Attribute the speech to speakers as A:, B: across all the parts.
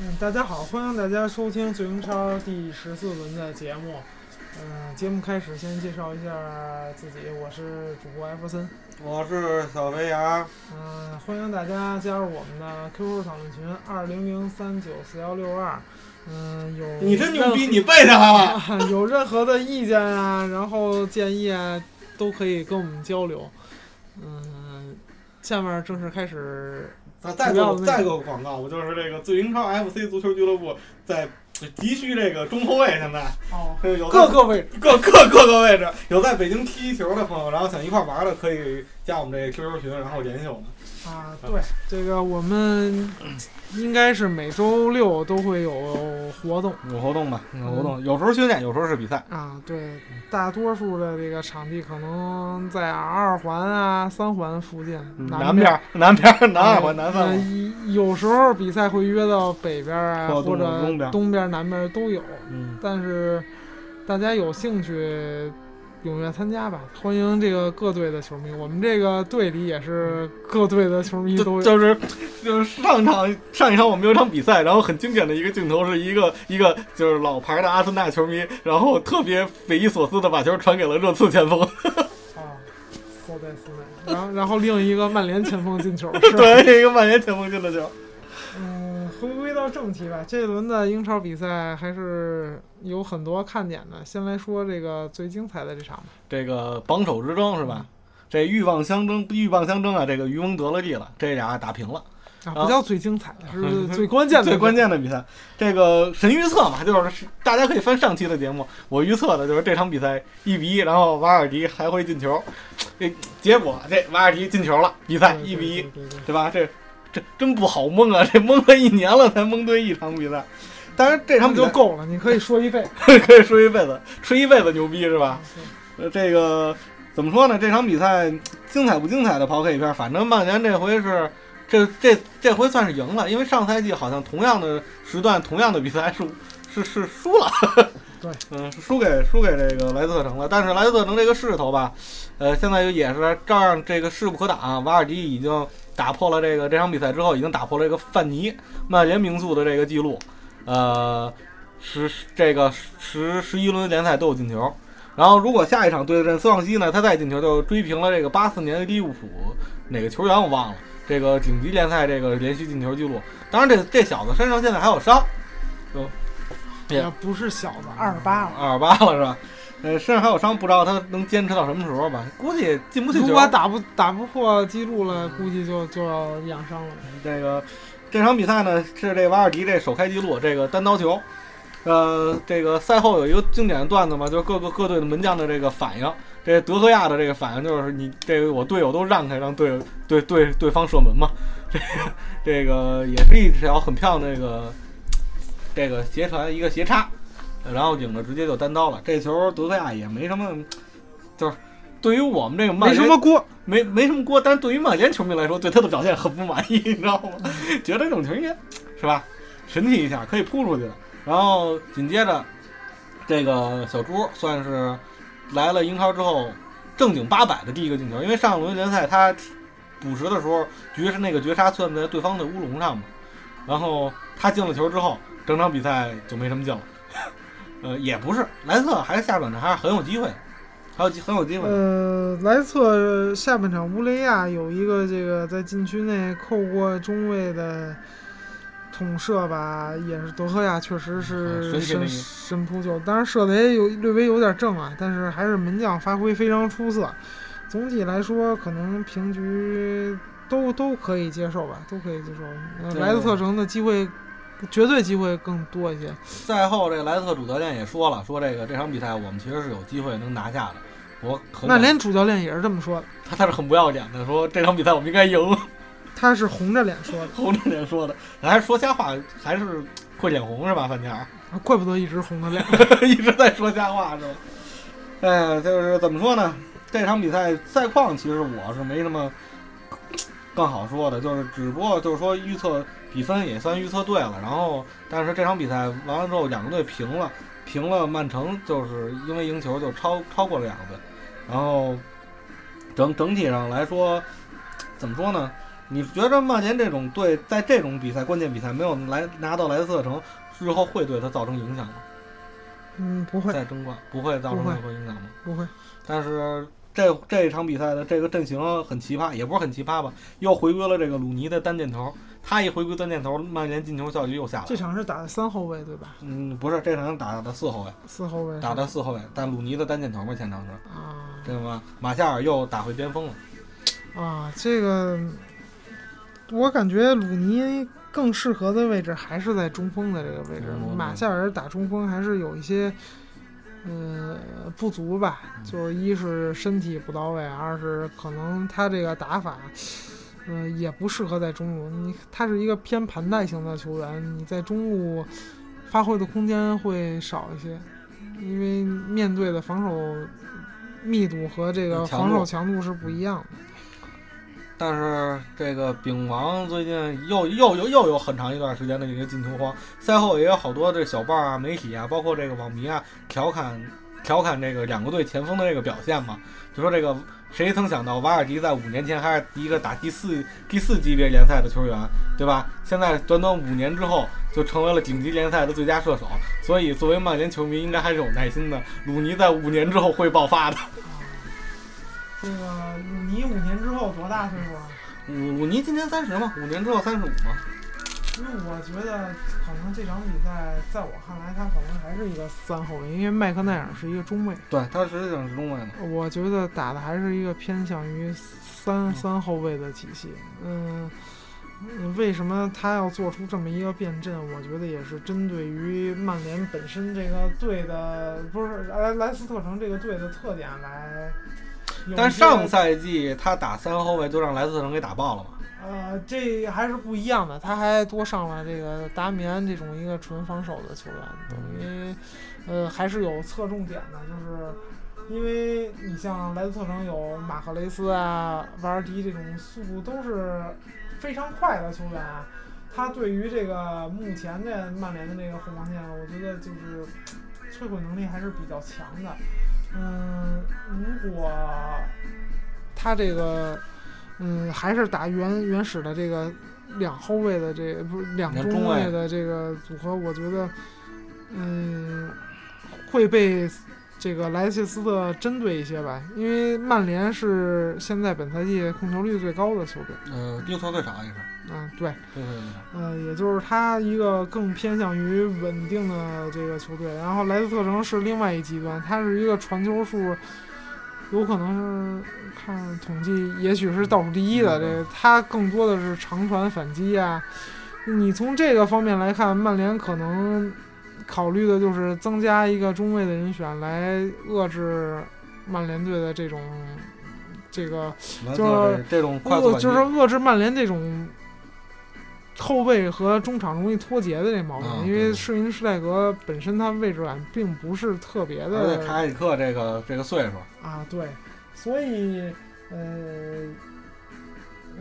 A: 嗯，大家好，欢迎大家收听《醉英超》第十四轮的节目。嗯，节目开始先介绍一下自己，我是主播艾弗森。
B: 我是小肥羊，
A: 嗯，欢迎大家加入我们的 QQ 讨论群二零零三九四幺六二。嗯，有
B: 你真牛逼，你背上来了。
A: 啊，有任何 的意见啊，然后建议啊，都可以跟我们交流。嗯，下面正式开始。
B: 啊，再
A: 主要
B: 做
A: 问题
B: 再做广告，我就是这个最英超 FC 足球俱乐部在急需这个中后卫，现在
A: 哦，
B: 有
A: 各
B: 在
A: 个位置，
B: 各各各个位置有在北京踢球的朋友，然后想一块玩的可以加我们这个 QQ 群，然后联系我们。
A: 啊，对，这个我们应该是每周六都会有活动
B: 有活动吧，有
A: 活动，
B: 有时候训练，有时候是比赛。
A: 啊。对，大多数的这个场地可能在二环啊、三环附近，嗯南边儿。，
B: 嗯南边，南
A: 呃有时候比赛会约到北边儿啊，
B: 或
A: 或
B: 东
A: 者
B: 东边儿
A: 东边儿、南边儿都有。
B: 嗯，
A: 但是大家有兴趣，踊跃参加吧！欢迎这个各队的球迷，我们这个队里也是各队的球迷都有。
C: 就就是就是上场上一场我们有一场比赛，然后很经典的一个镜头是一个一个就是老牌的阿森纳球迷，然后特别匪夷所思的把球传给了热刺前锋，
A: 啊，后代四代，然后然后另一个曼联前锋 进球是吧？
C: 对，一个曼联前锋进的球。
A: 嗯，回归到正题吧，这一轮的英超比赛还是有很多看点的。先来说这个最精彩的这场吧，
C: 这个榜首之争是吧？这鹬蚌相争，鹬蚌相争啊！这个渔翁得了利了，这俩打平了。
A: 啊，
C: 啊
A: 不叫最精彩的， 是最关键的，
C: 最关键的比赛，这个神预测嘛，就是大家可以翻上期的节目，我预测的就是这场比赛一比一，然后瓦尔迪还会进球，这结果这瓦尔迪进球了，比赛
A: 对
C: 一比一，，
A: 嗯对对对对
C: 对吧？这这真不好蒙啊，这 蒙了一年了才蒙对一场比赛，当然这
A: 他
C: 场
A: 们
C: 比
A: 就
C: 赛
A: 够了，你可以说一倍
C: 可以说一辈子，吹一辈子牛逼是吧？
A: 啊是
C: 呃，这个怎么说呢？这场比赛精彩不精彩的抛开一边儿，反正曼联这回是这这这回算是赢了，因为上赛季好像同样的时段、同样的比赛是是是输了。
A: 对，
C: 嗯，是输给输给这个莱斯特城了。但是莱斯特城这个势头吧，呃，现在也是照样这个势不可挡、啊瓦尔迪已经打破了这个这场比赛之后，已经打破了这个范尼曼联名宿的这个记录，呃，十这个十十一轮联赛都有进球。然后，如果下一场对阵斯旺西呢，他再进球就追平了这个八四年利物浦哪个球员我忘了，这个顶级联赛这个连续进球记录。当然这，这小子身上现在还有伤，对
A: 也不是小啊子，二十八了。
C: 二十八了是吧？呃，身上还有伤，不知道他能坚持到什么时候吧？估计进不去
A: 如
C: 球。
A: 果打不啊打不破记录了，估计就就要养伤了。
C: 这个这场比赛呢是这瓦尔迪这首开纪录，这个单刀球。呃，这个赛后有一个经典的段子嘛，就是各个各队的门将的这个反应，这德赫亚的这个反应就是你这个我队友都让开，让队友对对对方射门嘛。 这个这个也是一条很漂亮的这个这个斜传一个斜插，然后顶着直接就单刀了。这球德赫亚也没什么，就是对于我们这个曼
A: 没
C: 联
A: 什么锅，
C: 没没什么锅，但是对于曼联球迷来说，对他的表现很不满意， 你知道吗？觉得这种球员是吧，神奇一下可以扑出去了。然后紧接着，这个小猪算是来了英超之后正经八百的第一个进球，因为上轮联赛他补时的时候绝杀那个绝杀算在对方的乌龙上嘛，然后他进了球之后，整场比赛就没什么劲了。呃，也不是，莱斯特还是下半场还是很有机会的，还有机很有机会的。
A: 呃，莱斯特下半场乌雷亚有一个这个在禁区内扣过中卫的捅射吧，也是德赫亚确实
C: 嗯
A: 是
C: 神奇那
A: 神
C: 个
A: 神扑救，当然射的也有略微有点正啊，但是还是门将发挥非常出色。总体来说，可能平局都都可以接受吧，都可以接受。呃、
C: 对
A: 莱斯特城的机会，绝对机会更多一些。
C: 赛后，这个莱斯特主教练也说了，说这个这场比赛我们其实是有机会能拿下的。我很
A: 曼联主教练也是这么说的，
C: 他他是很不要脸的，说这场比赛我们应该赢，
A: 他是红着脸说的，
C: 红着脸说的，还是说瞎话，还是会脸红是吧？范加尔
A: 啊怪不得一直红着脸。
C: 一直在说瞎话是吧？哎呀，就是怎么说呢？这场比赛赛况其实我是没什么更好说的，就是只不过就是说预测比分也算预测对了，然后但是这场比赛完了之后两个队平了，平了曼城就是因为赢球就超超过了两个队，然后整整体上来说怎么说呢？你觉得曼联这种队在这种比赛关键比赛没有来拿到莱斯特城，日后会对他造成影响吗？
A: 嗯，不会
C: 在争冠不会造成任何影响吗？
A: 不会，
C: 但是这这一场比赛的这个阵型啊很奇葩，也不是很奇葩吧，又回归了这个鲁尼的单箭头。他一回归单箭头，曼联进球效率又下来
A: 这
C: 了。
A: 场是打的三后卫对吧？
C: 嗯，不是这场打的四后卫，
A: 四后卫是
C: 打的四后卫，但鲁尼的单箭头嘛，前场是，
A: 啊
C: 知道吗？马夏尔又打回巅峰了。
A: 啊，这个我感觉鲁尼更适合的位置还是在中锋的这个位置
C: 嗯我，
A: 马夏尔打中锋还是有一些。呃，不足吧，
C: 嗯
A: 就一是身体不到位，二是可能他这个打法，呃，也不适合在中路。你他是一个偏盘带型的球员，你在中路发挥的空间会少一些，因为面对的防守密度和这个
C: 强
A: 防
C: 度
A: 守强度是不一样的。
C: 但是这个丙王最近又又又又有很长一段时间的一个进球荒，赛后也有好多这小报啊、媒体啊，包括这个网迷啊，调侃调侃这个两个队前锋的这个表现嘛，就说这个谁曾想到瓦尔迪在五年前还是一个打第四第四级别联赛的球员，对吧？现在短短五年之后就成为了顶级联赛的最佳射手，所以作为曼联球迷应该还是有耐心的，鲁尼在五年之后会爆发的。
A: 这个鲁尼五年之后多大岁数啊？
C: 鲁鲁尼今年三十嘛，五年之后三十五嘛。
A: 因为我觉得可能这场比赛在我看来，他可能还是一个三后卫，因为麦克奈尔是一个中卫，
C: 对，他实际上是中卫嘛。
A: 我觉得打的还是一个偏向于三
C: 嗯
A: 三后卫的体系。嗯、嗯为什么他要做出这么一个变阵？我觉得也是针对于曼联本身这个队的，不是莱莱斯特城这个队的特点来。
C: 但上赛季他打三后卫就让莱斯特城给打爆了嘛。
A: 呃，这还是不一样的。他还多上了这个达米安这种一个纯防守的球员，等于，呃，还是有侧重点的。就是因为你像莱斯特城有马赫雷斯啊、瓦尔迪这种速度都是非常快的球员啊，他对于这个目前的曼联的这个后防线，我觉得就是摧毁能力还是比较强的。嗯，如果他这个，嗯，还是打原原始的这个两后卫的这不是两
C: 两
A: 中
C: 中卫
A: 卫的这个组合，我觉得，嗯，会被这个莱切斯特针对一些吧，因为曼联是现在本赛季控球率最高的球队
C: 呃，丢球最少也是。
A: 啊，对。
C: 对对对。
A: 呃，也就是他一个更偏向于稳定的这个球队。然后莱斯特城是另外一极端，他是一个传球数，有可能是看统计，也许是倒数第一的。
C: 嗯
A: 这个他更多的是长传反击啊。你从这个方面来看，曼联可能考虑的就是增加一个中卫的人选来遏制曼联队的这种这个
C: 莱斯特这这种快速
A: 不
C: 反击
A: 就是遏制曼联这种后卫和中场容易脱节的这毛病，
C: 啊
A: 因
C: 对
A: 为施林施泰格本身他位置感并不是特别
C: 而且凯
A: 的
C: 埃里克这个这个岁数，
A: 啊，对，所以呃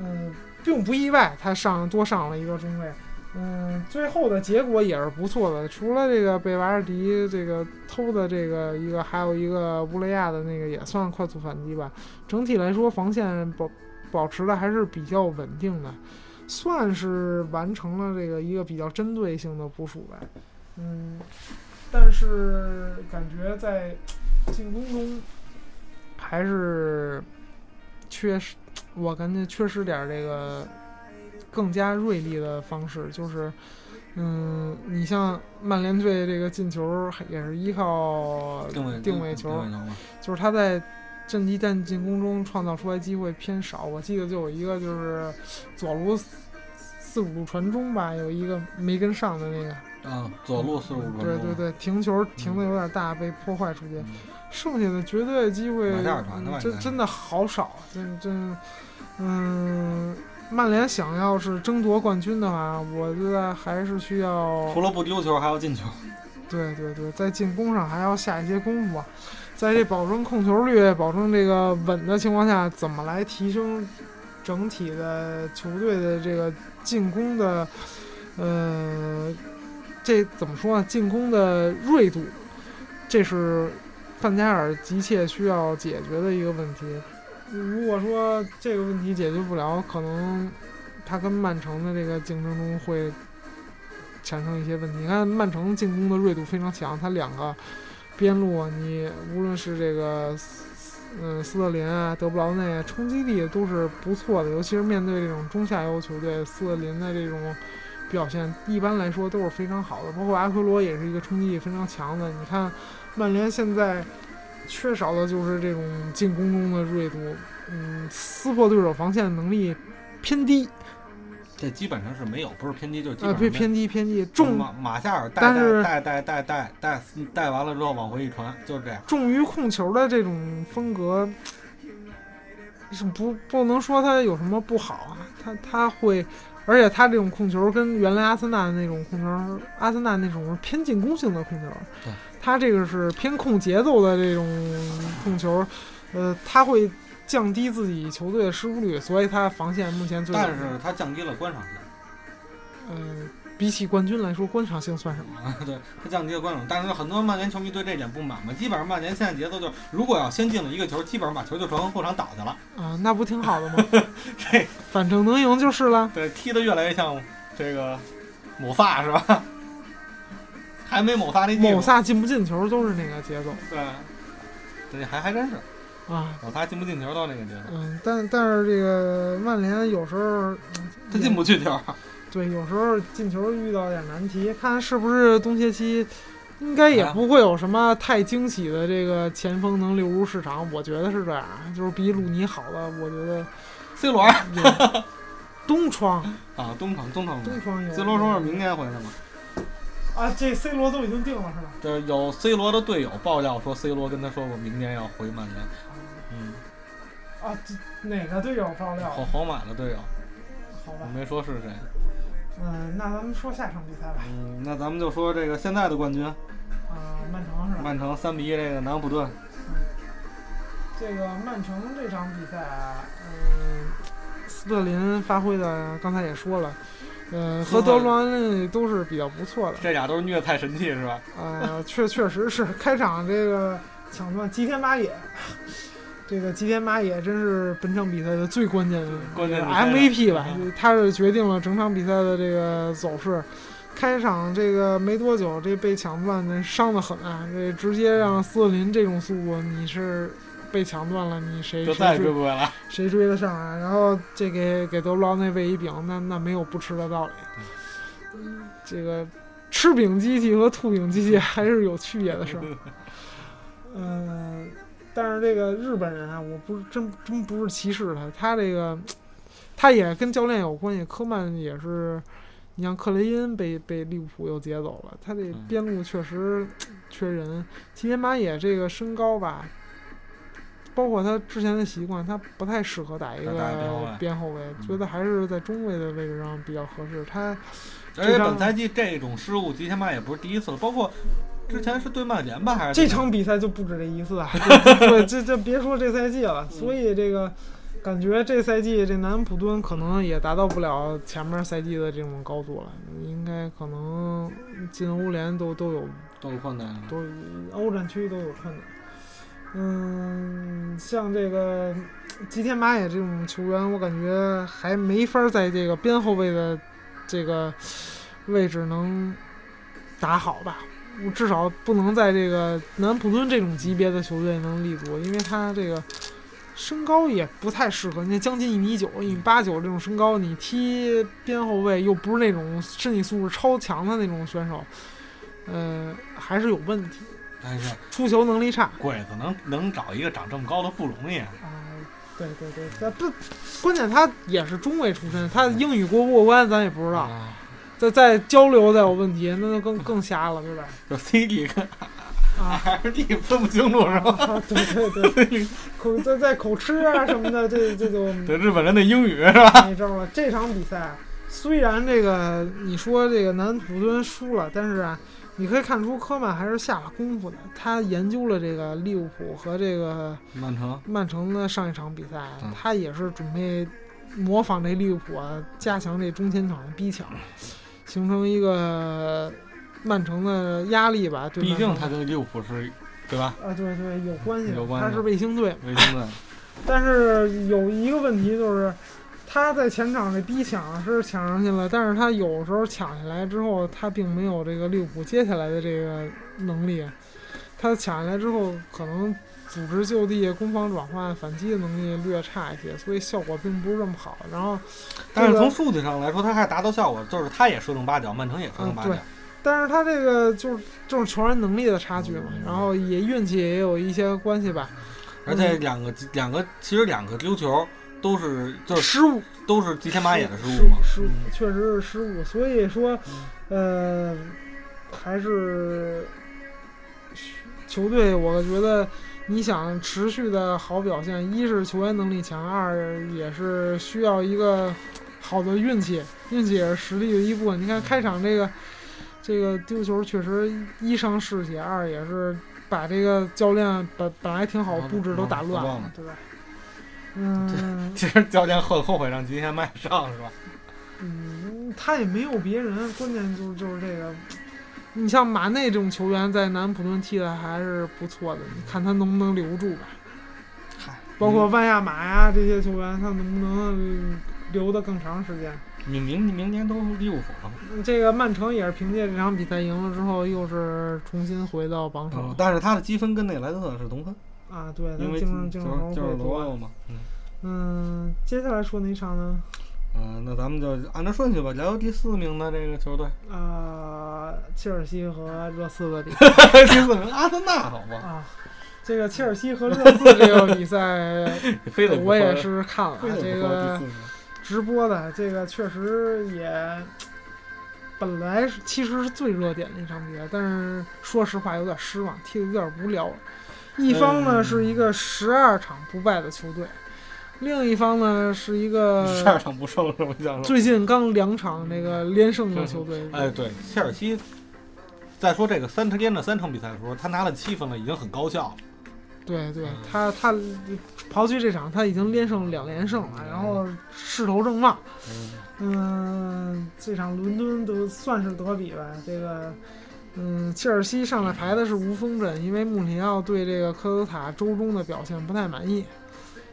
A: 呃，并不意外他上多上了一个中卫。嗯，最后的结果也是不错的，除了这个贝瓦尔迪这个偷的这个一个，还有一个乌雷亚的那个也算快速反击吧。整体来说，防线保保持的还是比较稳定的，算是完成了这个一个比较针对性的部署吧。嗯，但是感觉在进攻中还是缺失，我感觉缺失点儿这个更加锐利的方式，就是。嗯，你像曼联队这个进球还也是依靠
C: 定位
A: 定位球
C: 定位球嘛。
A: 就是他在阵地战进攻中创造出来机会偏少。我记得就有一个就是左路四四五路传中吧，有一个没跟上的那个，
C: 啊，左路嗯四十五分钟。
A: 对对对，停球停的有点大，被破坏出去。
C: 嗯。
A: 剩下的绝对机会
C: 马夏尔传的吧
A: 嗯真
C: 应该
A: 真的好少，啊真真，嗯。曼联想要是争夺冠军的话，我觉得还是需要
C: 除了不丢球，还要进球。
A: 对对对，在进攻上还要下一些功夫啊，在这保证控球率、保证这个稳的情况下，怎么来提升整体的球队的这个进攻的，呃，这怎么说呢？进攻的锐度，这是范加尔急切需要解决的一个问题。如果说这个问题解决不了，可能他跟曼城的这个竞争中会产生一些问题。你看曼城进攻的锐度非常强，他两个边路，啊你无论是这个嗯、斯特林啊、德布劳内啊，冲击力都是不错的，尤其是面对这种中下游球队，斯特林的这种表现一般来说都是非常好的。包括阿奎罗也是一个冲击力非常强的。你看曼联现在缺少的就是这种进攻中的锐度，嗯，撕破对手防线的能力偏低
C: 这基本上是没有，不是偏低就是基
A: 啊，
C: 本上
A: 对，
C: 没有
A: 偏低偏低，重
C: 马马夏尔带
A: 但是
C: 带带带带带带带完了之后往回一传，就是这样。
A: 重于控球的这种风格，是不不能说他有什么不好啊，他他会，而且他这种控球跟原来阿森纳的那种控球，阿森纳那种偏进攻性的控球
C: 对，
A: 他这个是偏控节奏的这种控球，呃，他会降低自己球队的失误率，所以他防线目前最，
C: 但是他降低了观赏性，
A: 呃，比起冠军来说，观赏性算什么？
C: 啊， 对他降低了观赏，但是很多曼联球迷对这点不满嘛。基本上曼联现在节奏就是，如果要先进了一个球，基本上把球就传到后场倒去了。
A: 啊，那不挺好的吗？
C: 这
A: 反正能赢就是了。
C: 对踢得越来越像这个某萨是吧？ 还没某萨那技术
A: 某萨进不进球都是那个节奏
C: 对，对还还真是
A: 啊。
C: 某萨进不进球到那个阶段，
A: 嗯，但但是这个曼联有时候
C: 他进不去球。
A: 对，有时候进球遇到点难题，看是不是冬歇期，应该也不会有什么太惊喜的这个前锋能流入市场，我觉得是这样，就是比鲁尼好的，我觉得
C: C 罗啊，
A: 有 东窗
C: 东场东场
A: 东窗有
C: C 罗说是明年回来嘛。
A: 啊，这 C 罗都已经定了是吧？
C: 就是有 C 罗的队友爆料说，C 罗跟他说过明年要回曼联，嗯，
A: 啊，这哪个队友爆料？
C: 皇皇马的队友，
A: 好
C: 我
A: 吧，
C: 没说是谁。
A: 嗯，那咱们说下场比赛吧。
C: 嗯，那咱们就说这个现在的冠军，
A: 啊，曼城是吧？
C: 曼城三比一这个南安普顿，
A: 这个曼城这场比赛啊，嗯、斯特林发挥的刚才也说了，呃，和德罗安内都是比较不错的，
C: 这俩都是虐菜神器是吧？
A: 呃，确确实是开场这个抢断吉田麻也，这个吉田麻也真是本场比赛的最关键的
C: 关键比赛
A: MVP 吧
C: 嗯，
A: 他是决定了整场比赛的这个走势。开场这个没多久，这被抢断的伤得很啊！这直接让
C: 嗯
A: 斯特林这种速度，你是被抢断了，你谁
C: 就
A: 谁
C: 再也
A: 追
C: 追不回来。
A: 谁追得上啊？然后这给给德布劳内喂一饼，那那没有不吃的道理。嗯这个吃饼机器和吐饼机器还是有区别的事儿。嗯、但是这个日本人啊，我不是真真不是歧视他，他这个他也跟教练有关系。科曼也是，你像克雷因被被利物浦又劫走了，他这
C: 嗯
A: 边路确实缺人。吉田麻也这个身高吧，包括他之前的习惯，他不太适合打一
C: 打边后
A: 个
C: 卫嗯
A: 边后卫，觉得还是在中卫的位置上比较合适。他
C: 而且本赛季这种失误，吉田麻也不是第一次了，包括之前是对曼联吧，还是
A: 这场比赛就不止这一次 啊！这这这这别说这赛季
C: 嗯
A: 了，所以这个感觉这赛季这南安普顿可能也达到不了前面赛季的这种高度了，应该可能进欧联都都有
C: 都有困难了。
A: 都欧战区都有困难。嗯，像这个吉田麻也这种球员，我感觉还没法在这个边后卫的这个位置能打好吧。我至少不能在这个南普敦这种级别的球队能立足，因为他这个身高也不太适合。那将近一米九、一米八九这种身高，你踢边后卫又不是那种身体素质超强的那种选手，呃，还是有问题，
C: 但是
A: 出球能力差。
C: 鬼子能能找一个长这么高的不容易，
A: 啊、对对对，他不，关键他也是中卫出身，他英语过不过关咱也不知道，
C: 啊？
A: 再再交流再有问题，那就更更瞎了，对吧？
C: 就 C D 跟
A: 啊
C: R D 分不清楚是吧？
A: 啊，对对对， 口再再口吃啊什么的，这这就
C: 对日本人的英语是吧？
A: 没招了。这场比赛虽然这个你说这个南普敦输了，但是啊，你可以看出科曼还是下了功夫的，他研究了这个利物浦和这个
C: 曼城
A: 曼城的上一场比赛
C: 嗯，
A: 他也是准备模仿这利物浦啊，加强这中前场的逼抢，形成一个曼城的压力吧。对
C: 毕
A: 曼城，
C: 竟他跟利物浦是，对吧？
A: 啊，对对，有关系的，
C: 有关 系
A: 他是卫星队。
C: 维京队，
A: 但是有一个问题就是，他在前场这逼抢是抢上去了，但是他有时候抢下来之后，他并没有这个利物浦接下来的这个能力。他抢下来之后，可能组织就地、攻防转换、反击的能力略差一些，所以效果并不是这么好。然后，
C: 但是
A: 这个
C: 从数据上来说，他还达到效果，就是他也射中八脚，曼城也射中八脚
A: 嗯。但是他这个就是就是球员能力的差距嘛，然后也运气也有一些关系吧。
C: 而且两个两个其实两个丢球都是就是
A: 失误，
C: 都是吉田麻也的失
A: 失
C: 误嘛。
A: 失误确实是失误，所以说，呃，还是球队，我觉得你想持续的好表现，一是球员能力强，二也是需要一个好的运气，运气也是实力的一部分。你看开场这个这个丢球，确实一伤士气，二也是把这个教练本本来挺好布置都打乱
C: 嗯
A: 了，对吧？嗯，
C: 其实教练很后悔让吉田麻也上是吧？
A: 嗯，他也没有别人，关键就是就是这个。你像马内这种球员，在南安普顿踢的还是不错的，你看他能不能留住吧。
C: 嗨，
A: 包括万亚马呀这些球员，他能不能留得更长时间？
C: 明明明年都利物浦了。
A: 这个曼城也是凭借这场比赛赢了之后，又是重新回到榜首、
C: 嗯，但是他的积分跟那莱斯特是同分，
A: 啊。对，他
C: 因为
A: 竞争竞争头
C: 就是就是
A: 会
C: 罗
A: 多。
C: 奥嘛。嗯
A: 嗯，接下来说哪场呢？
C: 嗯、那咱们就按照顺序吧，聊第四名的这个球 队，
A: 啊、切尔西和热刺的比赛。
C: 第四名阿森纳，好吧？
A: 啊，这个切尔西和热刺这个比赛，
C: 非得不
A: 我也
C: 说，
A: 是看了啊
C: 非得不
A: 这
C: 说第
A: 个
C: 四名。
A: 直播的，这个确实也本来是其实是最热点的一场比赛，但是说实话有点失望，踢得有点无聊了。一方呢、
C: 嗯
A: 是一个十二场不败的球队，另一方呢是一个
C: 十二场不胜是不想说。
A: 最近刚两场那个连胜的球队。
C: 哎，对，切尔西在说这个三连着三场比赛的时候，他拿了七分了，已经很高效了。
A: 对对
C: 嗯，
A: 他他刨去这场，他已经连胜两连胜了，然后势头正旺。嗯，这场伦敦都算是德比吧。这个，嗯，切尔西上来排的是无锋阵，因为穆里尼奥对这个科斯塔周中的表现不太满意。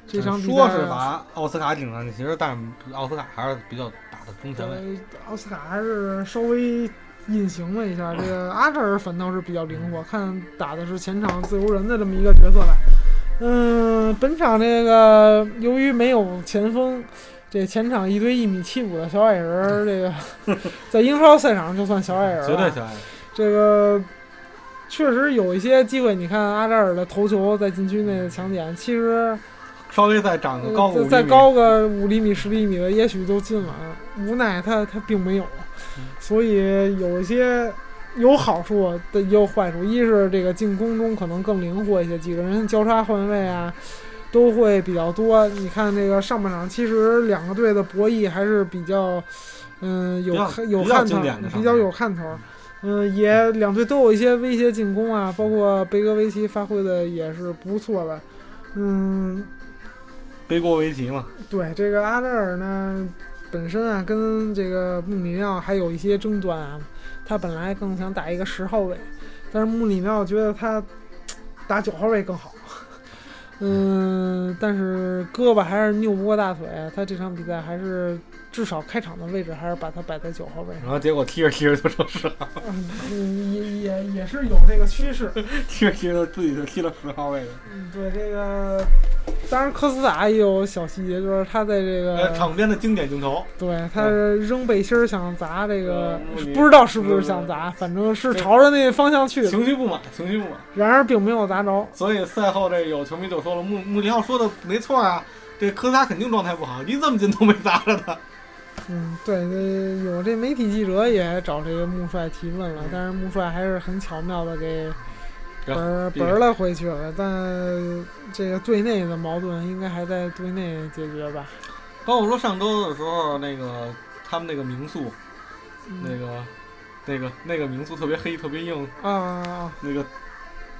A: 这场比赛
C: 说是把奥斯卡顶上去，其实但是奥斯卡还是比较打的中前卫。
A: 呃，奥斯卡还是稍微隐形了一下。这个阿扎尔反倒是比较灵活，看打的是前场自由人的这么一个角色吧。嗯，本场这个由于没有前锋，这前场一堆一米七五的小矮人儿，这个 在英超赛场就算小矮人儿了，
C: 绝对小矮人。
A: 这个确实有一些机会，你看阿扎尔的头球在禁区内的抢点，其实
C: 稍微再长个高
A: 呃
C: 五
A: 再再
C: 厘米
A: 高个五厘米、十厘米的，也许都进了。无奈他他并没有
C: 嗯，
A: 所以有一些有好处的，也有坏处。一是这个进攻中可能更灵活一些，几个人交叉换位啊。都会比较多。你看这个上半场，其实两个队的博弈还是比较，嗯，有
C: 比较
A: 看有
C: 比较
A: 看
C: 经
A: 头
C: 典的，上
A: 比
C: 半
A: 较
C: 场
A: 有看头。嗯，也两队都有一些威胁进攻啊，包括贝格维奇发挥的也是不错的。嗯，
C: 背锅围棋嘛，
A: 对这个阿扎尔呢，本身啊跟这个穆里尼奥还有一些争端啊，他本来更想打一个十号位，但是穆里尼奥觉得他打九号位更好。嗯，但是胳膊还是拗不过大腿，啊他这场比赛还是至少开场的位置还是把他摆在九号位上
C: 然后结果踢着踢着就成十号，，
A: 嗯也也也是有这个趋势。
C: 踢着踢着自己就踢到十号位了。
A: 嗯，对这个，当然科斯塔也有小细节，就是他在这个
C: 呃，场边的经典镜头，
A: 对，他是扔背心儿想砸这个
C: 嗯我，
A: 不知道是不是想砸，反正是朝着那方向去的，
C: 情绪不满，情绪不满。
A: 然而并没有砸着。嗯
C: 所以赛后这有球迷就说了，穆穆里奥说的没错啊，这科斯塔肯定状态不好，离这么近都没砸着他。
A: 嗯，对，这有这媒体记者也找这个穆帅提问了，但是穆帅还是很巧妙的给
C: 然
A: 本儿
C: 避开
A: 本儿了回去了。但这个队内的矛盾应该还在队内解决吧？
C: 包括说上周的时候，那个他们那个民宿，那
A: 嗯
C: 个那个那个民宿特别黑，特别硬，
A: 啊啊，啊
C: 那个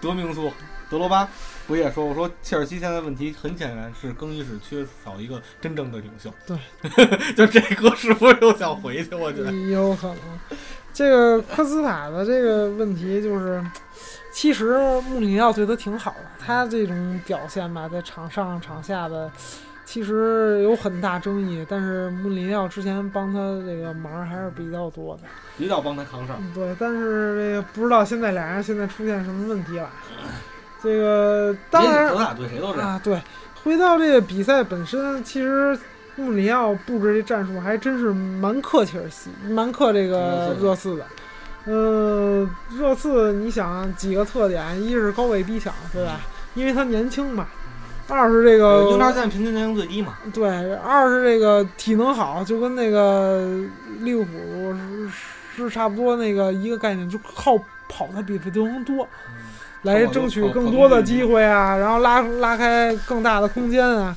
C: 德民宿德罗巴，我也说，我说切尔西现在问题很显然是更衣室缺少一个真正的领袖。对， 就这哥是不是又想回去？我觉 得，
A: 也有可能。啊这个科斯塔的这个问题就是，其实穆里尼奥对他挺好的，他这种表现吧，在场上场下的，其实有很大争议，但是穆里尼奥之前帮他这个忙还是比较多的。
C: 比较帮他扛事儿。
A: 嗯对，但是这个不知道现在俩人现在出现什么问题了。这个当
C: 别
A: 然
C: 你，主打对谁都是。
A: 啊，对，回到这个比赛本身，其实穆里尼奥布置这战术还真是蛮克切尔西、蛮克这个热刺的。嗯，热刺你想几个特点，一是高位逼抢，对吧？因为他年轻嘛。二是这个
C: 嗯呃英超现在平均年龄最低嘛，
A: 对，二是这个体能好，就跟那个利物浦是是差不多那个一个概念，就靠跑的比费德洪多，来争取更多的机会啊，然后拉拉开更大的空间啊。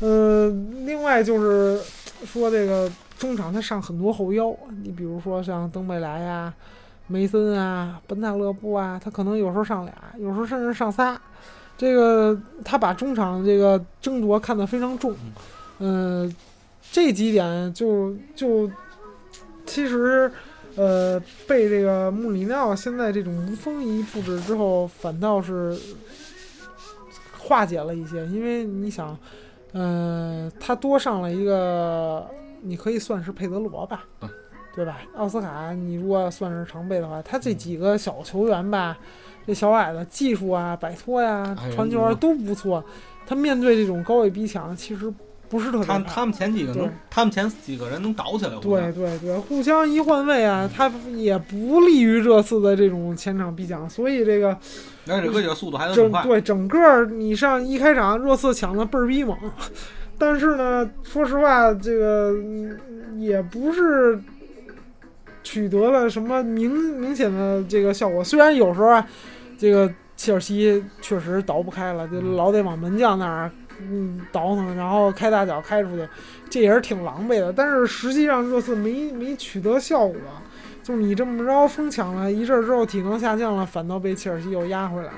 A: 嗯，另外就是说这个中场他上很多后腰，你比如说像登贝莱呀、梅森啊、本塔勒布啊，他可能有时候上俩，有时候甚至上仨。这个他把中场这个争夺看得非常重，嗯、这几点就就其实呃被这个穆里尼奥现在这种无锋一布置之后，反倒是化解了一些，因为你想，呃，他多上了一个，你可以算是佩德罗吧
C: 嗯，
A: 对吧？奥斯卡，你如果算是常备的话，他这
C: 嗯
A: 几个小球员吧，这小矮子技术啊、摆脱呀、
C: 哎呀
A: 传球
C: 你
A: 啊
C: 说
A: 都不错，他面对这种高位逼抢，其实不是特别
C: 他
A: 怕
C: 他们前几个能
A: 对，
C: 他们前几个人能倒起来，我觉
A: 对
C: 得，
A: 对对，互相一换位啊，他也不利于热刺的这种前场逼抢，所以这个
C: 而且哥几个速度还都挺
A: 整
C: 快，
A: 对整个儿你上一开场热刺抢的倍儿逼猛，但是呢，说实话，这个嗯也不是取得了什么明明显的这个效果。虽然有时候啊，这个切尔西确实倒不开了，就
C: 嗯
A: 老得往门将那儿嗯倒腾，然后开大脚开出去，这也是挺狼狈的。但是实际上热刺没没取得效果。就是你这么着疯抢了一阵儿之后，体能下降了，反倒被切尔西又压回来了。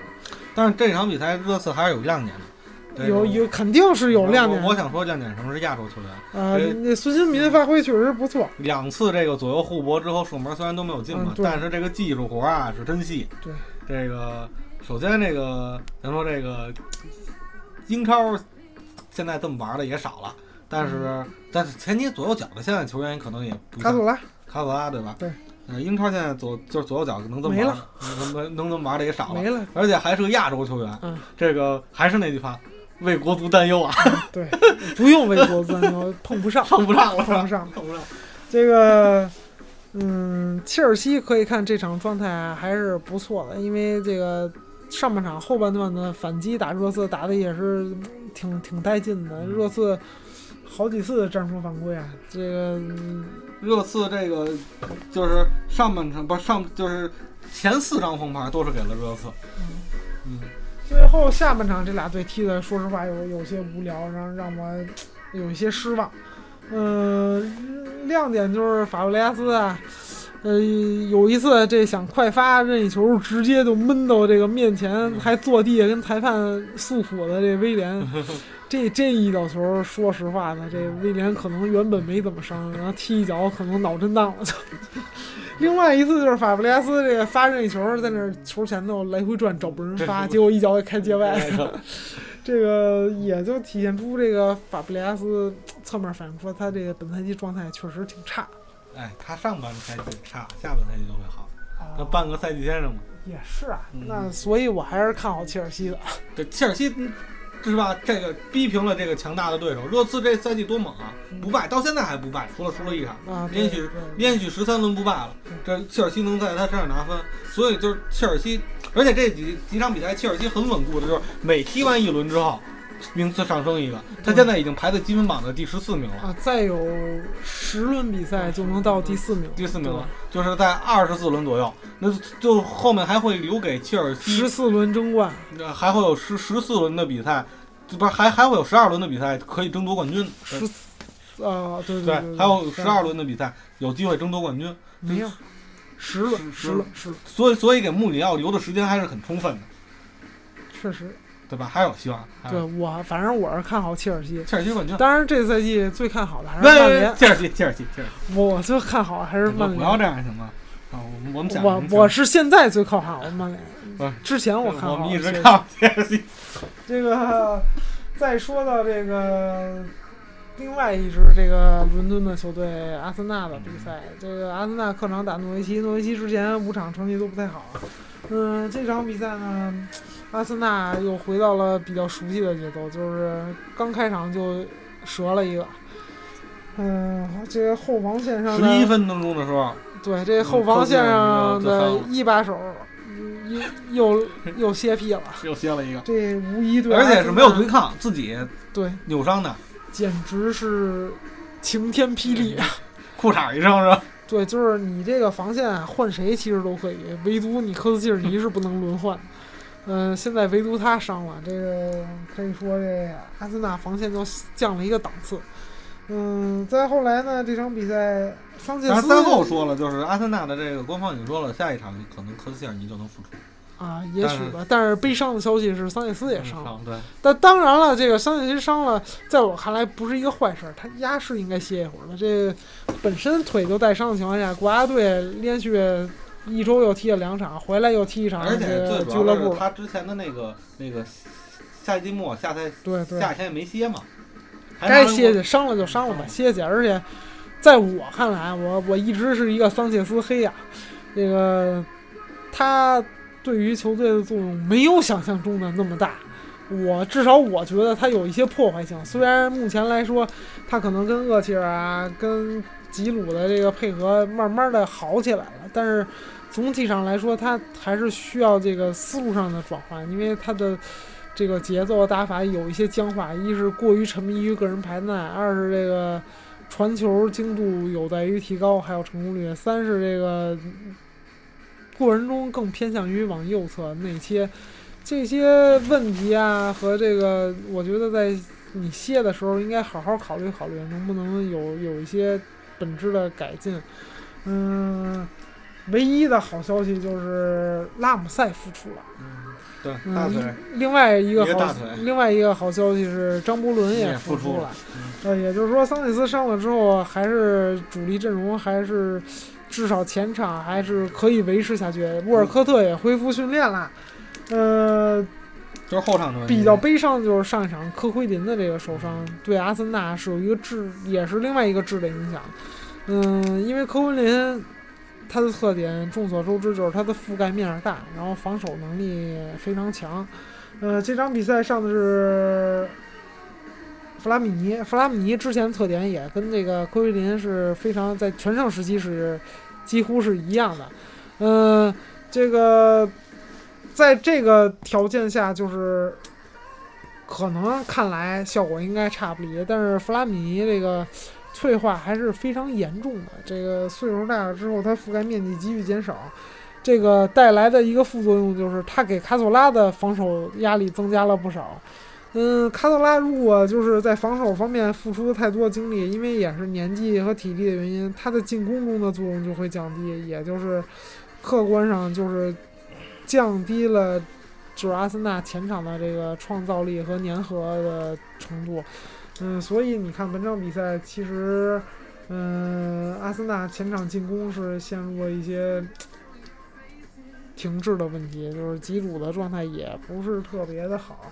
C: 但是这场比赛热刺还是有亮点的，这个
A: 有有肯定是有亮点
C: 我我想说亮点什么是亚洲球员，
A: 啊、
C: 呃
A: 那孙兴民的发挥确实不错，
C: 两次这个左右互搏之后，数门虽然都没有进吧
A: 嗯，对
C: 但是这个技术活啊是真细。
A: 对，
C: 这个首先这个咱说这个英超现在这么玩的也少了，但是但是前期左右脚的现在球员可能也不
A: 嗯卡
C: 像
A: 索拉
C: 卡索拉对吧？
A: 对。
C: 呃，英超现在左就是左右脚能这么
A: 没
C: 玩
A: 了
C: 的，能能能这么玩的也少了，
A: 没了，
C: 而且还是个亚洲球员。
A: 嗯，
C: 这个还是那句话，为国足担忧啊，
A: 对，不用为国自牛，碰不上，
C: 碰不上了是
A: 碰不
C: 吧？
A: 上。
C: 碰不上。
A: 这个，嗯，切尔西可以看这场状态啊还是不错的，因为这个上半场后半段的反击打热刺打的也是嗯挺挺带劲的，
C: 嗯
A: 热刺好几次战术犯规啊，这个、嗯
C: 热刺这个就是上半场不是上就是前四张红牌都是给了热刺，嗯，
A: 最后下半场这俩队踢的，说实话有有些无聊，让让我有一些失望。嗯，亮点就是法布雷加斯啊，呃，有一次这想快发任意球，直接就闷到这个面前，还坐地跟裁判诉苦的这威廉。这这一脚球，说实话呢，这威廉可能原本没怎么伤，然后踢一脚可能脑震荡了就。 另外一次就是法布雷加斯这个发任意球，在那儿球前头来回转找不人发，结果一脚给开界外。这个也就体现出这个法布雷加斯侧面反映出他这个本赛季状态确实挺差。
C: 哎，他上半赛季差，下半赛季就会好，那半个赛季先生嘛。
A: 啊也是啊，
C: 啊嗯
A: 那所以我还是看好切尔西的。
C: 对，切尔西嗯是吧？这个逼平了这个强大的对手，热刺这赛季多猛啊，不败到现在还不败，除了输了一场。
A: 啊，对
C: 连
A: 嗯
C: 续
A: 对
C: 连续十三轮不败了，这切尔西能在他身上拿分，所以就是切尔西，而且这几几场比赛，切尔西很稳固的，就是每踢完一轮之后，名次上升一个，
A: 嗯
C: 他现在已经排在积分榜的第十四名了，
A: 啊，再有十轮比赛就能到第四名，
C: 第四名了，就是在二十四轮左右，那就后面还会留给切尔西
A: 十，四轮争冠，
C: 呃还会有十十四轮的比赛，这不是还还会有十二轮的比赛可以争夺冠军，
A: 十啊，对
C: 对，
A: 对，
C: 还有十二轮的比赛有机会争夺冠军，
A: 没有十轮，
C: 十
A: 十轮，十轮，
C: 所以所以给穆里奥留的时间还是很充分的，
A: 确实，
C: 对吧？还有希望，还有
A: 对我反正我是看好切尔西。
C: 切尔西冠军。
A: 当然，这赛季最看好的还是曼
C: 那
A: 联，
C: 切尔西，切尔西，切尔西，
A: 我就看好还是曼
C: 不哎要
A: 联。
C: 这样行吗？啊，我们我们讲，
A: 我
C: 们讲
A: 我是现在最看好曼联
C: 不是，
A: 之前我看好
C: 啊我们一
A: 切
C: 直
A: 尔西
C: 看切尔西。
A: 这个，再说到这个另外一支这个伦敦的球队阿森纳的比赛，这个阿森纳客场打诺维奇，诺维奇之前五场成绩都不太好，嗯，这场比赛呢，阿森纳又回到了比较熟悉的节奏，就是刚开场就折了一个。嗯，这个后防线上
C: 十
A: 的
C: 一分钟的时候，
A: 对，这后防线上的
C: 嗯
A: 一把手又又又歇屁了，
C: 又歇了一个，
A: 这无疑对，
C: 而且是没有对，抗，自己
A: 对，
C: 扭伤的，
A: 简直是晴天霹雳。
C: 嗯裤衩一上是吧？
A: 对，就是你这个防线啊换谁其实都可以，唯独你科斯切尔尼是不能轮换。嗯、现在唯独他伤了，这个可以说这阿森纳防线就降了一个档次。嗯，再后来呢，这场比赛桑切
C: 但
A: 斯
C: 是赛后说了，就是阿森纳的这个官方已经说了，下一场可能科斯切尔尼就能复出，
A: 啊，也许吧，但是悲伤的消息是桑切斯也伤了。
C: 嗯对，
A: 但当然了，这个桑切斯伤了，在我看来不是一个坏事儿，他压是应该歇一会儿的。这本身腿就带伤的情况下，国家队连续一周又踢了两场，回来又踢一场，
C: 而且
A: 这
C: 最
A: 个
C: 主
A: 俱
C: 要
A: 乐
C: 的是
A: 部
C: 他之前的那个那个夏季末下赛
A: 对对，
C: 夏天也没歇嘛，还拿
A: 该
C: 嗯了
A: 歇歇，伤了就伤了吧，歇歇。而且在我看来，我我一直是一个桑切斯黑呀、这个他对于球队的作用没有想象中的那么大。我至少我觉得他有一些破坏性，虽然目前来说，他可能跟厄齐尔啊、跟吉鲁的这个配合慢慢的好起来了，但是总体上来说，他还是需要这个思路上的转换，因为他的这个节奏打法有一些僵化，一是过于沉迷于个人排难，二是这个传球精度有待于提高，还有成功率，三是这个过程中更偏向于往右侧内切，这些问题啊和这个，我觉得在你歇的时候应该好好考虑考虑，能不能有有一些本质的改进。嗯，唯一的好消息就是拉姆塞复出了。
C: 嗯对，大
A: 嗯，
C: 腿
A: 另另外一个
C: 一个
A: 好
C: 大腿，
A: 另外一个好消息是张伯伦
C: 也
A: 复
C: 复出
A: 了
C: 了。
A: 呃，也就是说，桑切斯伤了之后，还是主力阵容还是至少前场还是可以维持下去。沃尔科特也恢复训练了。呃，
C: 就是后场的问题
A: 比较悲伤的就是上一场科奎林的这个受伤，对阿森纳是有一个质，也是另外一个质的影响。嗯，因为科奎林他的特点众所周知就是他的覆盖面儿大，然后防守能力非常强。呃，这场比赛上的是弗拉米尼，弗拉米尼之前的特点也跟这个科奎林是非常在全盛时期是几乎是一样的。嗯、这个在这个条件下，就是可能啊看来效果应该差不离，但是弗拉米尼这个退化还是非常严重的。这个岁数大了之后，它覆盖面积急剧减少，这个带来的一个副作用就是它给卡索拉的防守压力增加了不少。嗯，卡索拉如果就是在防守方面付出太多的精力，因为也是年纪和体力的原因，他的进攻中的作用就会降低，也就是客观上就是降低了就是阿森纳前场的这个创造力和粘合的程度。嗯，所以你看本场比赛其实，嗯，阿森纳前场进攻是陷入了一些停滞的问题，就是吉鲁的状态也不是特别的好。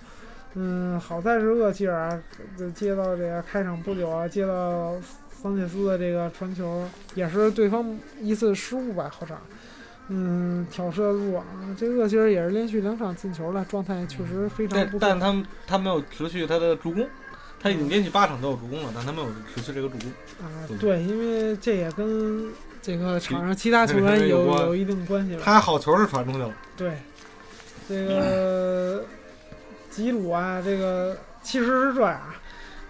A: 嗯，好在是厄齐尔呃接到这个开场不久啊，接到桑切斯的这个传球，也是对方一次失误吧，好场。嗯，挑射入网，这厄齐尔也是连续两场进球了，状态确实非常
C: 但
A: 不错。
C: 但他们他没有持续他的助攻，他已经连续八场都有助攻了，但他没有持续这个助攻。
A: 啊
C: 对，
A: 对，因为这也跟这个场上其他球员有
C: 有关
A: 有一定关系吧。
C: 他好球是传出去了，
A: 对，这个吉鲁啊，这个其实是这样啊，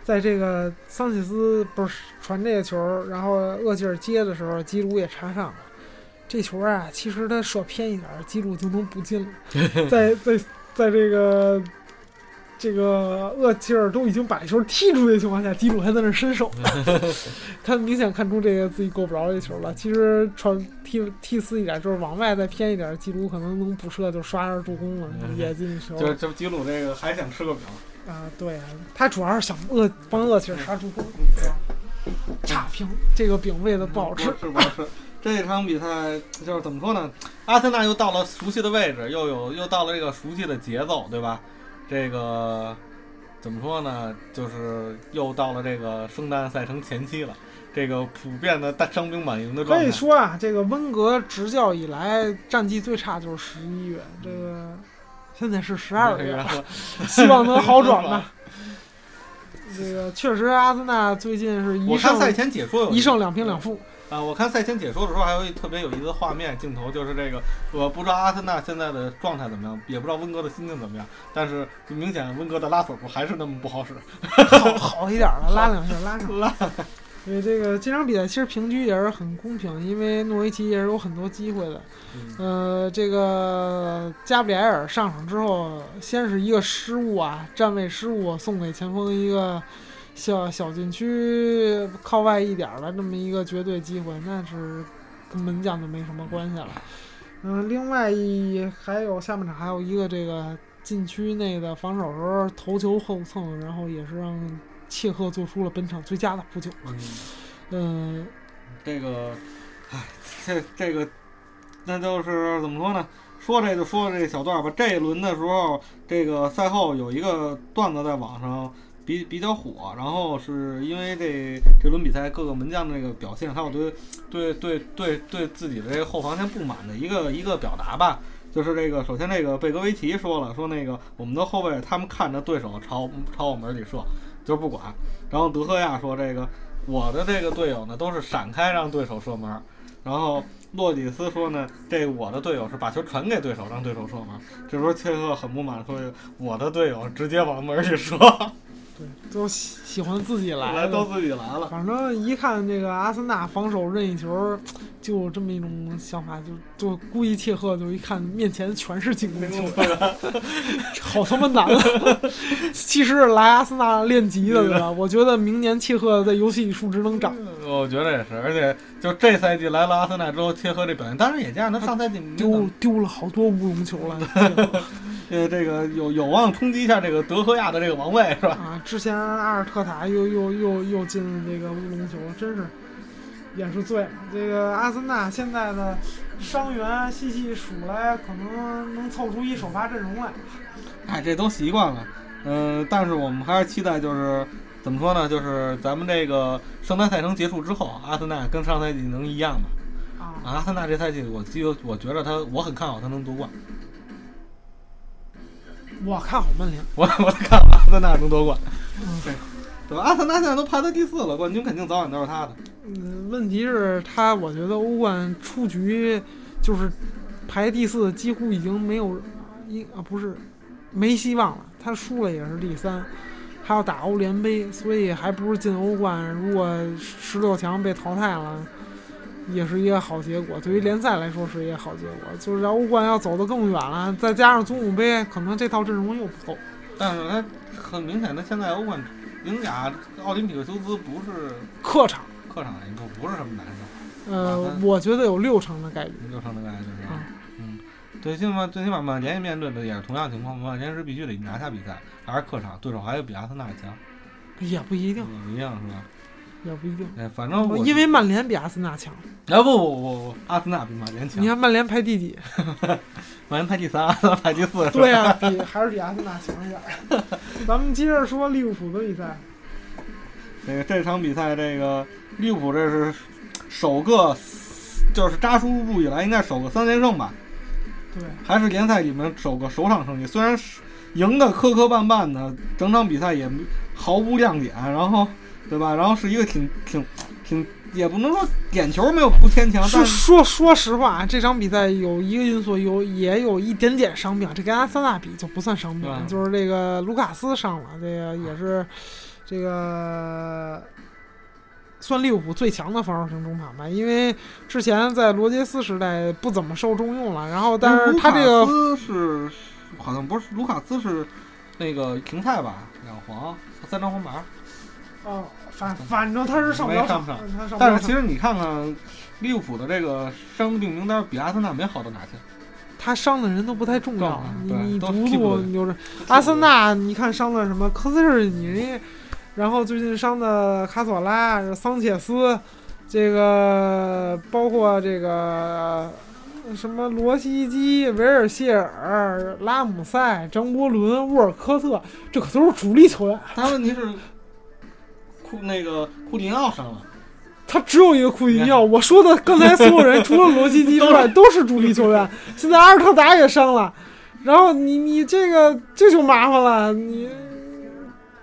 A: 在这个桑切斯不是传这个球，然后厄齐尔接的时候，吉鲁也插上了。这球啊，其实他射偏一点儿，吉鲁就能补进 了。在在在这个这个厄齐尔都已经把这球踢出去的情况下，吉鲁还在那儿伸手， 他明显看出这个自己够不着这球了。其实传踢踢死一点，就是往外再偏一点，吉鲁可能能补射就刷着助攻了，
C: 嗯
A: 也进球了。
C: 就是就是吉鲁这个还想吃个饼，
A: 啊，对啊，他主要是想饿帮厄齐尔杀助攻，差评这个饼喂的不好吃。
C: 是不好 吃。这场比赛就是怎么说呢？阿森纳又到了熟悉的位置，又有又到了这个熟悉的节奏，对吧？这个怎么说呢，就是又到了这个圣诞赛程前期了，这个普遍的大伤兵满营的状
A: 可以
C: 态。
A: 说啊，这个温格执教以来战绩最差就是十一月，这个现在是十二
C: 这
A: 月啊
C: 个
A: 了， 希望能好转 吧。这个确实，阿森纳最近是一
C: 我看赛
A: 胜
C: 前解说有
A: 一胜两平两负，
C: 啊，我看赛前解说的时候，还有一特别有意思的画面镜头，就是这个，我不知道阿森纳现在的状态怎么样，也不知道温格的心境怎么样，但是就明显温格的拉锁部还是那么不好使，
A: 好好一点了，拉两下，拉上。
C: 拉
A: 所以这个这场比赛其实平局也是很公平，因为诺维奇也是有很多机会的。呃，这个加布里埃尔上场之后，先是一个失误啊，站位失误送给前锋一个小小禁区靠外一点儿的这么一个绝对机会，那是跟门将就没什么关系了。嗯、另外一还有下半场还有一个这个禁区内的防守时候头球后蹭，然后也是让切赫做出了本场最佳的扑救。
C: 嗯，
A: 嗯、
C: 这个，唉，这这个，那就是怎么说呢？说这就说这小段吧。这一轮的时候，这个赛后有一个段子在网上比比较火，然后是因为这这轮比赛各个门将的这个表现，还有对对对对对自己的这个后防线不满的一个一个表达吧。就是这个，首先这个贝格维奇说了，说那个我们的后卫他们看着对手朝朝我们这里射，就是不管。然后德赫亚说这个我的这个队友呢都是闪开让对手射门儿，然后洛里斯说呢，这我的队友是把球传给对手让对手射门儿。这时候切赫很不满，说我的队友直接往门儿里射，
A: 对，都喜喜欢自己来嗯
C: 来
A: 的
C: 都自己来了。
A: 反正一看这个阿森纳防守任意球，就有这么一种想法，就就故意切赫，就一看面前全是进攻球员， 好他妈难啊！ 其实来阿森纳练级的，对吧？我觉得明年切赫在游戏里数值能涨，
C: 我觉得也是，而且就这赛季来了阿森纳之后，切赫这表现，当然也加上他上赛季没怎么
A: 丢丢了好多乌龙球了
C: 呃这个有有望冲击一下这个德赫亚的这个王位是吧？
A: 啊！之前阿尔特塔又又又又进了这个乌龙球，真是也是醉了。这个阿森纳现在的伤员细细数来，可能能凑出一首发阵容来。
C: 哎，这都习惯了。嗯、但是我们还是期待，就是怎么说呢？就是咱们这个圣诞赛程结束之后，阿森纳跟上赛季能一样吗？
A: 啊，
C: 阿森纳这赛季，我记得我觉得他，我很看好他能夺冠，
A: 我看好曼联。
C: 我我看好阿森纳能夺冠。
A: 嗯
C: 对吧？阿森纳现在都排到第四了，冠军肯定早晚都是他的。
A: 嗯，问题是他，我觉得欧冠出局就是排第四，几乎已经没有一啊不是没希望了。他输了也是第三，还要打欧联杯，所以还不如进欧冠。如果十六强被淘汰了，也是一个好结果。对于联赛来说是一个好结果，就是在欧冠要走得更远了，再加上祖母杯，可能这套阵容又不够。
C: 但是他很明显，他现在欧冠赢俩奥林匹克修斯不是
A: 客场，
C: 客场赢，不不是什么难事，
A: 呃
C: 晚，安
A: 我觉得有六成的概率。
C: 就剩那个就是
A: 啊
C: 嗯，最起码最起码曼联面对的也是同样情况，曼联是必须得拿下比赛，还是客场，对手还是比阿森纳强，
A: 也不一定，
C: 嗯一样是吧？
A: 也不一定，
C: 哎，反正我
A: 因为曼联比阿森纳强。
C: 哎不不不不，阿森纳比曼联强
A: 你，看曼联排第几？
C: 曼联排第三，阿 森纳排第四，是 吧
A: 对啊呀、比还是比阿森纳强一点儿。 咱们接着说利物浦的比赛，
C: 这个哎这场比赛，这个利物浦这是首个，就是扎叔入主以来应该首个三连胜吧，
A: 对，
C: 还是联赛里面首个首场胜利。虽然是赢的磕磕绊绊的，整场比赛也没毫无亮点，然后对吧？然后是一个挺挺挺，也不能说点球没有不牵强，
A: 说
C: 但是
A: 说说实话，啊这场比赛有一个因素有也有一点点伤病，这跟阿森纳比就不算伤病，
C: 嗯
A: 就是这个卢卡斯伤了，这个也是这个。算利物浦最强的防守型中场吧，因为之前在罗杰斯时代不怎么受重用了，然后但是他这个
C: 卢卡斯是好像不是卢卡斯是那个停赛吧，两黄三张红牌。
A: 哦，反反正他是上不了场，
C: 没上不
A: 他上不了
C: 但
A: 场
C: 是其实你看看利物浦的这个伤病名单比阿森纳没好到哪去。
A: 他伤的人都不太重要
C: 重，
A: 你
C: 要啊对
A: 嗯你
C: 都
A: 读
C: 是替补
A: 读
C: 的
A: 你就是阿森纳，你看伤了什么科斯尔尼，然后最近伤的卡索拉、桑切斯，这个包括这个什么罗西基、维尔谢尔、拉姆塞、张伯伦、沃尔科特，这可都是主力球员。
C: 但问题是，库那个库蒂尼奥伤了，
A: 他只有一个库蒂尼奥。我说的刚才所有人，除了罗西基之外，哎 都是主力球员。现在阿尔特达也伤了，然后你你这个这就麻烦了，你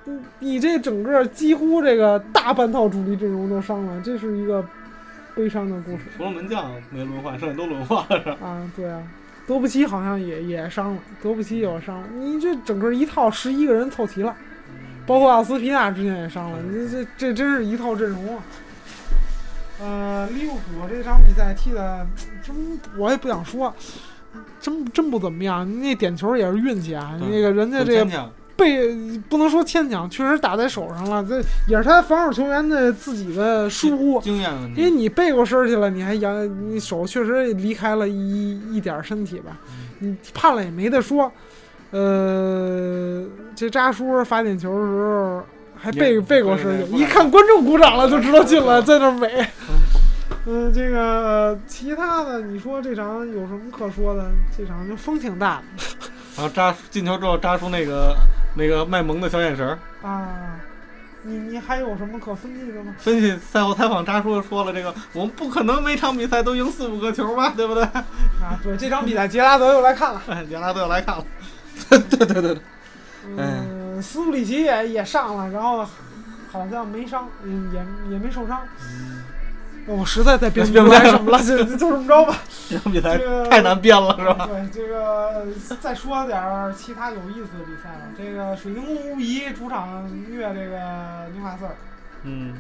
A: 你你这整个几乎这个大半套主力阵容都伤了，这是一个悲伤的故事
C: 除了门将没轮换，剩下都轮换了。
A: 啊！对啊，德布西好像也也伤了，德布西也伤了，你这整个一套十一个人凑齐了，包括奥斯皮纳之前也伤了，你这这真是一套阵容啊！呃，利物浦这场比赛踢的真，我也不想说，真真不怎么样。那点球也是运气啊，
C: 对
A: 那个人家
C: 很
A: 这个
C: 牵强
A: 被不能说牵强，确实打在手上了，这也是他防守球员的自己的疏忽。
C: 经验问
A: 因为
C: 题，
A: 你背过身儿去了，你还扬，你手确实离开了一一点儿身体吧，你判了也没得说。呃，这扎叔罚点球的时候还背
C: 也
A: 背过身
C: 对
A: 去，
C: 对
A: 一看观众鼓掌了就知道进了，在那儿美
C: 嗯。
A: 嗯、这个其他的，你说这场有什么可说的？这场就风挺大的
C: 然后扎进球之后扎出那个那个卖萌的小眼神儿。
A: 啊。你你还有什么可分析的吗？
C: 分析赛后采访，扎叔说了这个，我们不可能每场比赛都赢四五个球吧，对不 对？
A: 啊，对，这场比赛杰拉德又来看了。
C: 杰拉德又来看了，
A: 嗯，斯布里奇也也上了，然后好像没伤，嗯，也也没受伤。嗯我实在在编不出来什么 了，就就这么着吧。
C: 这场比赛
A: 这个
C: 太难编了，是吧？
A: 对，这个再说点儿其他有意思的比赛吧。这个水晶宫无疑主场虐这个纽卡斯尔，
C: 嗯，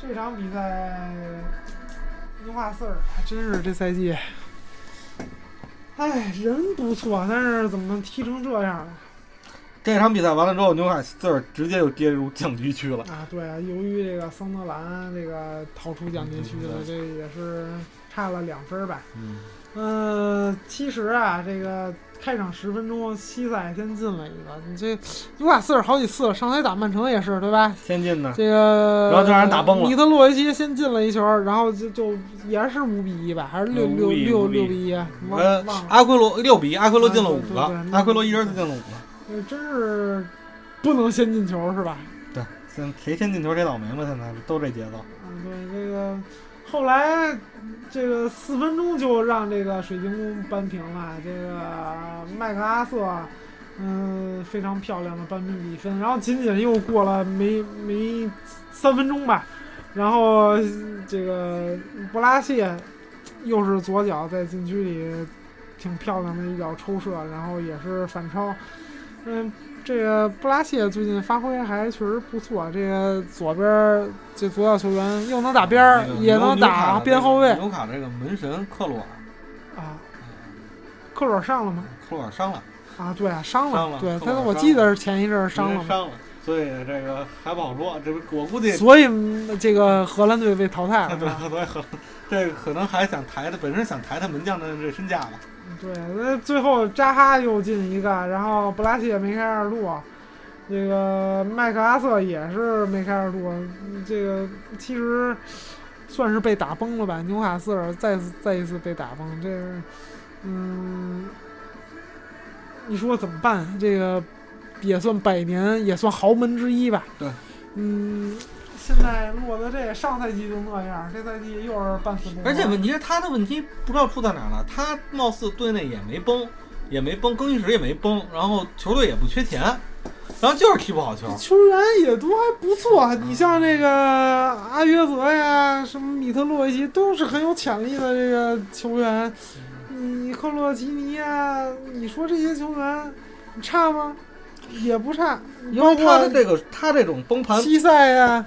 A: 这场比赛纽卡斯尔还真是这赛季，哎，人不错，但是怎么踢成这样了？
C: 这场比赛完了之后，纽卡斯尔直接就跌入降级区了。
A: 啊，对啊，由于这个桑德兰这个逃出奖金区了，这也是差了两分儿吧。
C: 嗯，
A: 嗯，其实啊，这个开场十分钟，西塞先进了一个，你这纽卡斯尔好几次了，上回打曼城也是，对吧？
C: 先进呢，
A: 这个
C: 然后就让人打崩了
A: 尼特洛维奇先进了一球，然后就就也是五比一吧，还是六
C: 嗯
A: 六
C: 五比一
A: 六
C: 五比一
A: 六比一啊？忘
C: 呃
A: 忘了，
C: 阿奎罗六比一，阿奎罗进了五个
A: 啊对对，对
C: 阿奎罗一人就进了五个。
A: 呃真是不能先进球是吧？
C: 对，现在谁先进球谁倒霉嘛，现在都这节奏。
A: 啊，对这个，后来这个四分钟就让这个水晶宫扳平了，这个麦克阿瑟，嗯、非常漂亮的扳平比分，然后仅仅又过了没没三分钟吧，然后这个博拉谢又是左脚在禁区里挺漂亮的一脚抽射，然后也是反超，嗯。这个布拉谢最近发挥还确实不错，这个左边儿这左脚球员又能打边儿
C: 那，个
A: 也能
C: 纽嗯卡
A: 打
C: 的
A: 边后卫
C: 纽卡这个门神克鲁尔，嗯
A: 啊。克鲁尔上了吗？
C: 克鲁尔伤了，
A: 啊，对啊，伤
C: 伤了
A: 对，
C: 克
A: 他
C: 鲁尔
A: 我
C: 伤
A: 记
C: 了
A: 得是前一阵儿伤
C: 门
A: 了
C: 神
A: 嘛，
C: 伤了，所以这个还不好说。这不我估计
A: 所以嗯这个荷兰队被淘汰啊了。是
C: 对，
A: 吧
C: 可能可这可能还想抬他，本身想抬他门将的这身价吧。
A: 对，那最后扎哈又进一个，然后布拉谢没开二度，这个麦克阿瑟也是没开二度，嗯这个其实算是被打崩了吧？纽卡斯尔再次再一次被打崩，这是嗯，你说怎么办？这个也算百年，也算豪门之一吧？
C: 对，
A: 嗯。现在落得这上赛季就那样，这赛季又是半死不活。
C: 而且问题是他的问题不知道出在哪儿了，他貌似队内也没崩，也没崩，更衣室也没崩，然后球队也不缺钱，然后就是踢不好球。
A: 球员也都还不错，你像这个阿约泽呀，什么米特洛维奇，都是很有潜力的这个球员。你克洛奇尼呀，你说这些球员你差吗？也不差，
C: 因
A: 包
C: 为他
A: 括
C: 的这个他这种崩盘，
A: 西塞呀，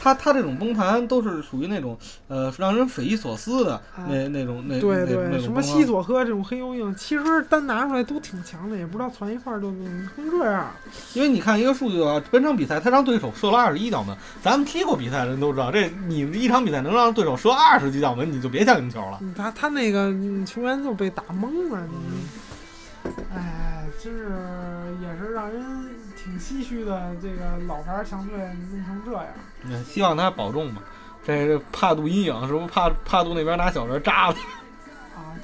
C: 他他这种崩盘都是属于那种呃让人匪夷所思的
A: 啊
C: 那那种那
A: 对
C: 那那
A: 对，
C: 种
A: 什么
C: 崩盘
A: 西佐科这种黑幽鹰，其实单拿出来都挺强的，也不知道攒一块儿就成这样。
C: 因为你看一个数据啊，本场比赛他让对手射了二十一脚门，咱们踢过比赛的人都知道，这你一场比赛能让对手射二十几脚门，你就别想进球了。
A: 嗯他他那个嗯球员就被打懵了，你，哎，真是也是让人挺唏嘘的。这个老牌强队弄成这样，
C: 嗯希望他保重吧。这是帕杜阴影，是不是帕帕杜那边拿小人扎了？
A: 啊，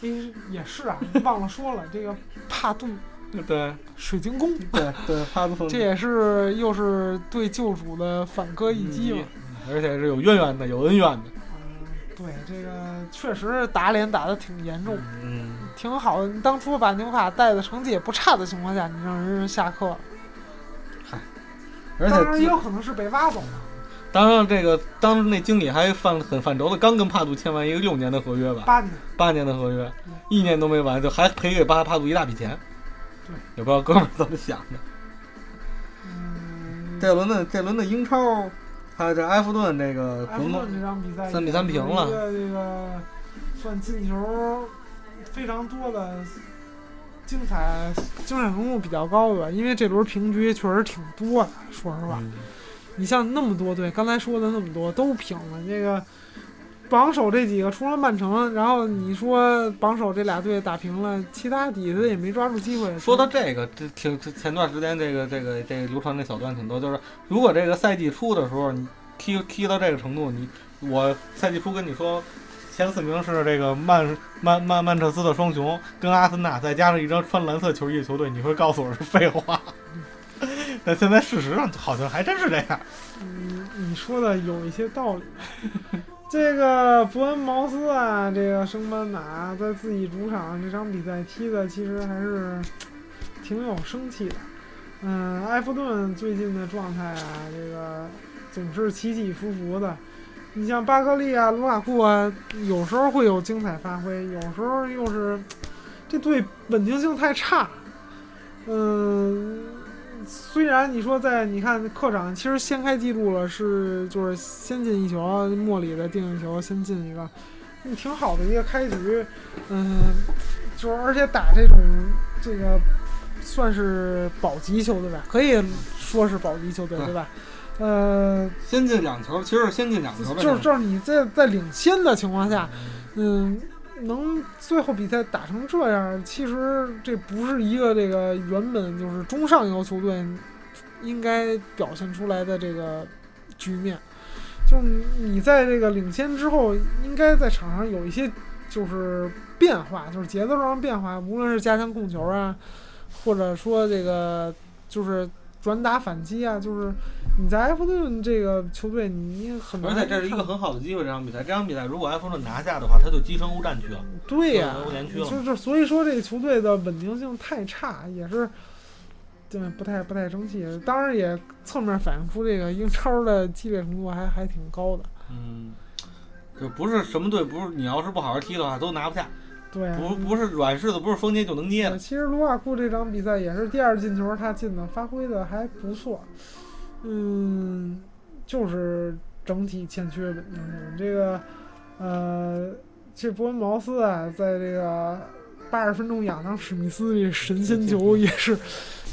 A: 对，哎，也是啊，忘了说了，这个帕顿
C: 对
A: 水晶宫，
C: 对对，帕顿
A: 这也是又是对救主的反戈一击嘛。
C: 嗯而且是有渊源的，有恩怨的。
A: 嗯，对，这个确实打脸打得挺严重，
C: 嗯，
A: 挺好的。你当初把纽卡带的成绩也不差的情况下，你让人下课了，
C: 而
A: 当然也
C: 且
A: 有可能是被挖走了。
C: 当然这个当时那经理还犯很犯轴的，刚跟帕杜签完一个六年的合约吧，
A: 八年，
C: 八年的合约
A: 嗯，
C: 一年都没完，就还赔给巴帕杜一大笔钱。
A: 对，
C: 也不知道哥们儿怎么想的。
A: 嗯，
C: 这轮的这轮的英超，还有这埃弗顿这个
A: 埃
C: 国
A: 弗
C: 贸
A: 顿这场比赛
C: 三比三平了
A: 一个这个算进球非常多的精彩精彩程度比较高的吧，因为这轮平局确实挺多的，说实话，
C: 嗯
A: 你像那么多队，刚才说的那么多都平了，这个。榜首这几个除了曼城，然后你说榜首这俩队打平了，其他底子也没抓住机会。
C: 说到这个，这挺这前段时间这个这个这个流传这小段挺多，就是如果这个赛季初的时候你踢踢到这个程度，你我赛季初跟你说前四名是这个曼曼曼曼彻斯特双雄跟阿森纳，再加上一张穿蓝色球衣的球队，你会告诉我是废话。 但现在事实上好像还真是这样，
A: 嗯，你说的有一些道理。这个伯恩茅斯啊，这个升班马在自己主场这场比赛踢的其实还是挺有生气的。嗯，埃弗顿最近的状态啊，这个总是起起伏伏的。你像巴克利啊、卢卡库啊，有时候会有精彩发挥，有时候又是这队稳定性太差。嗯，虽然你说在你看客场，其实先开纪录了，是就是先进一球，莫里的定一球先进一个，嗯，挺好的一个开局，嗯，就是而且打这种这个算是保级球队吧，可以说是保级球队对吧？呃，
C: 先进两球，其实是先进两球呗。
A: 就是就是你在在领先的情况下，嗯，能最后比赛打成这样，其实这不是一个这个原本就是中上游球队应该表现出来的这个局面。就是你在这个领先之后，应该在场上有一些就是变化，就是节奏上的变化，无论是加强控球啊，或者说这个就是转打反击啊，就是你在埃弗顿这个球队，你很难
C: 而
A: 看。
C: 且这是一个很好的机会，这场比赛，这场比赛如果埃弗顿拿下的话，他就跻身欧战区了。
A: 对呀、
C: 就是欧联区了
A: 就是所以说这个球队的稳定性太差，也是对不太不太争气。当然也侧面反映出这个英超的激烈程度还还挺高的。
C: 嗯，就不是什么队，不是你要是不好好踢的话，都拿不下。
A: 对、啊，
C: 不不是软柿子，不是说捏就能捏
A: 呃
C: 的。
A: 其实卢卡库这场比赛也是第二进球，他进的，发挥的还不错。嗯，就是整体欠缺稳定性。这个，呃，这伯恩茅斯啊，在这个八十分钟亚当史密斯这神仙球也是，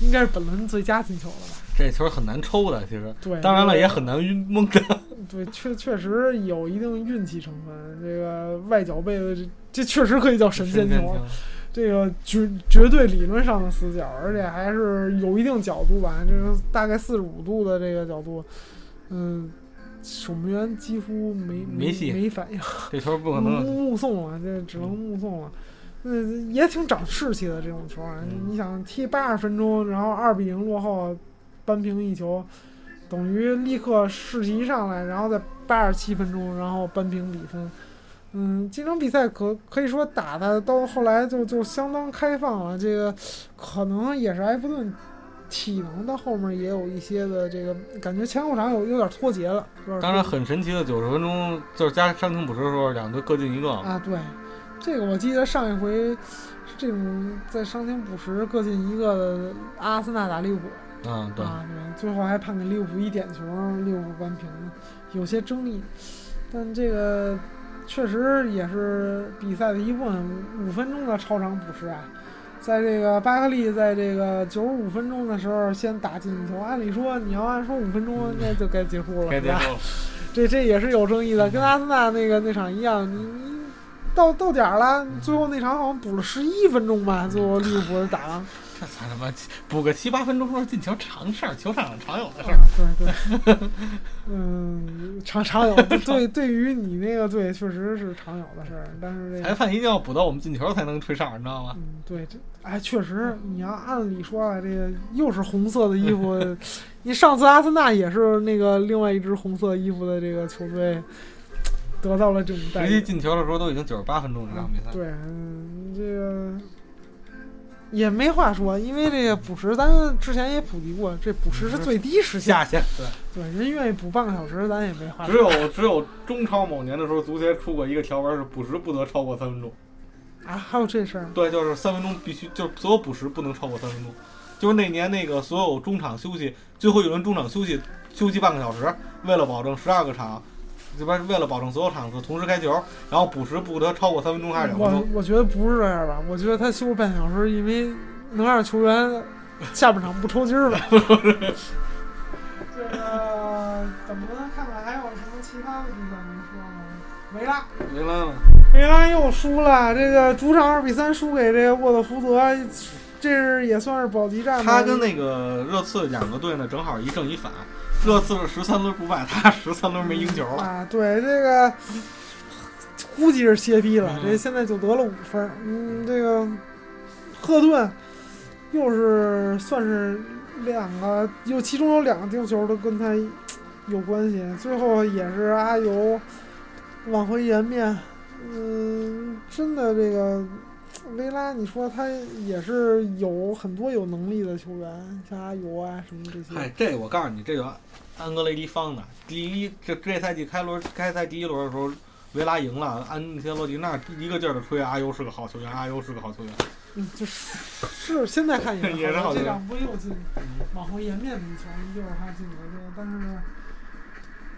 A: 应该是本轮最佳进球了吧？
C: 这球很难抽的，其实
A: 对，
C: 当然了，
A: 这个
C: 也很难晕蒙的。
A: 对，确确实有一定运气成分。这个外脚背的这这确实可以叫神仙球了。这个绝绝对理论上的死角，而且还是有一定角度吧，这个大概四十五度的这个角度，嗯，守门员几乎没
C: 没戏
A: 没反应，
C: 这球不可
A: 目
C: 能。
A: 目送了，这只能目送了。嗯，也挺长士气的这种球啊！
C: 嗯
A: 你想踢八十分钟，然后二比零落后，扳平一球，等于立刻士气一上来，然后在八十七分钟，然后扳平比分。嗯，这场比赛可可以说打的到后来就就相当开放了，这个可能也是埃弗顿体能到后面也有一些的这个感觉前后场有有点脱节了，有点
C: 当然，
A: 脱节
C: 很神奇的，九十分钟就是加伤停补时的时候，两队各进一个。
A: 啊，对，这个我记得上一回是这种在伤停补时各进一个的阿森纳打利物浦，
C: 嗯，对，
A: 啊，对，最后还判给利物浦一点球，利物浦扳平了，有些争议。但这个确实也是比赛的一部分，五分钟的超长补时啊，在这个巴克利在这个九十五分钟的时候先打进一球，按理说你要按说五分钟那就该结束了，
C: 该
A: 是
C: 结
A: 吧？
C: 束了。
A: 这这也是有争议的，跟阿森纳那个那场一样，你你到到点儿了，最后那场好像补了十一分钟吧，最后利物浦打 啊完。
C: 这才他妈补个七八分钟说进球常事儿，球场上常有的事儿。
A: 啊，对对，嗯，常常有。对，对于你那个队，确实是常有的事儿。但是这
C: 裁
A: 个，
C: 判一定要补到我们进球才能吹哨，你知道吗？
A: 嗯，对，这哎，确实，你要按理说啊，这个又是红色的衣服， 你上次阿森纳也是那个另外一支红色衣服的这个球队得到了这种待
C: 实际
A: 遇。
C: 进球的时候都已经九十八分钟这场比赛。
A: 对，嗯这个也没话说，因为这个补时，咱之前也普及过，这补时是最低时限。
C: 下线对，
A: 对，人愿意补半个小时，咱也没话
C: 只
A: 说
C: 有只有中超某年的时候，足协出过一个条文，是补时不得超过三分钟。
A: 啊。还有这事儿，
C: 对，就是三分钟必须，就是所有补时不能超过三分钟。就是那年那个所有中场休息，最后一轮中场休息休息半个小时，为了保证十二个场，这边为了保证所有场次同时开球，然后补时不得超过三分钟还是两分
A: 我
C: 钟。
A: 我觉得不是这样吧，我觉得他休半小时，因为能让球员下半场不抽筋儿吧。这个怎么呢？看看还有什么其他的比赛没说吗？没了。
C: 没了嘛，
A: 维拉又输了，这个主场二比三输给这个沃特福德，这是也算是保级战吧。
C: 他跟那个热刺两个队呢，正好一正一反。热刺是十三轮不败，他十三轮没赢球了。
A: 啊，对这个估计是歇逼了，
C: 嗯
A: 这现在就得了五分儿。嗯，这个赫顿又是算是两个，又其中有两个丢球都跟他有关系，最后也是阿尤挽回颜面。嗯，真的这个。维拉，你说他也是有很多有能力的球员，像阿尤啊什么这些。
C: 哎，这我告诉你，这个安格雷迪方的，第一这这赛季开轮开赛第一轮的时候，维拉赢了，安切洛蒂那一个劲儿的吹阿尤是个好球员，阿尤是个好球员。
A: 嗯，就是是现在看
C: 也
A: 也
C: 是好
A: 这
C: 球
A: 场不又进往回颜面的一球，又是他进的这个，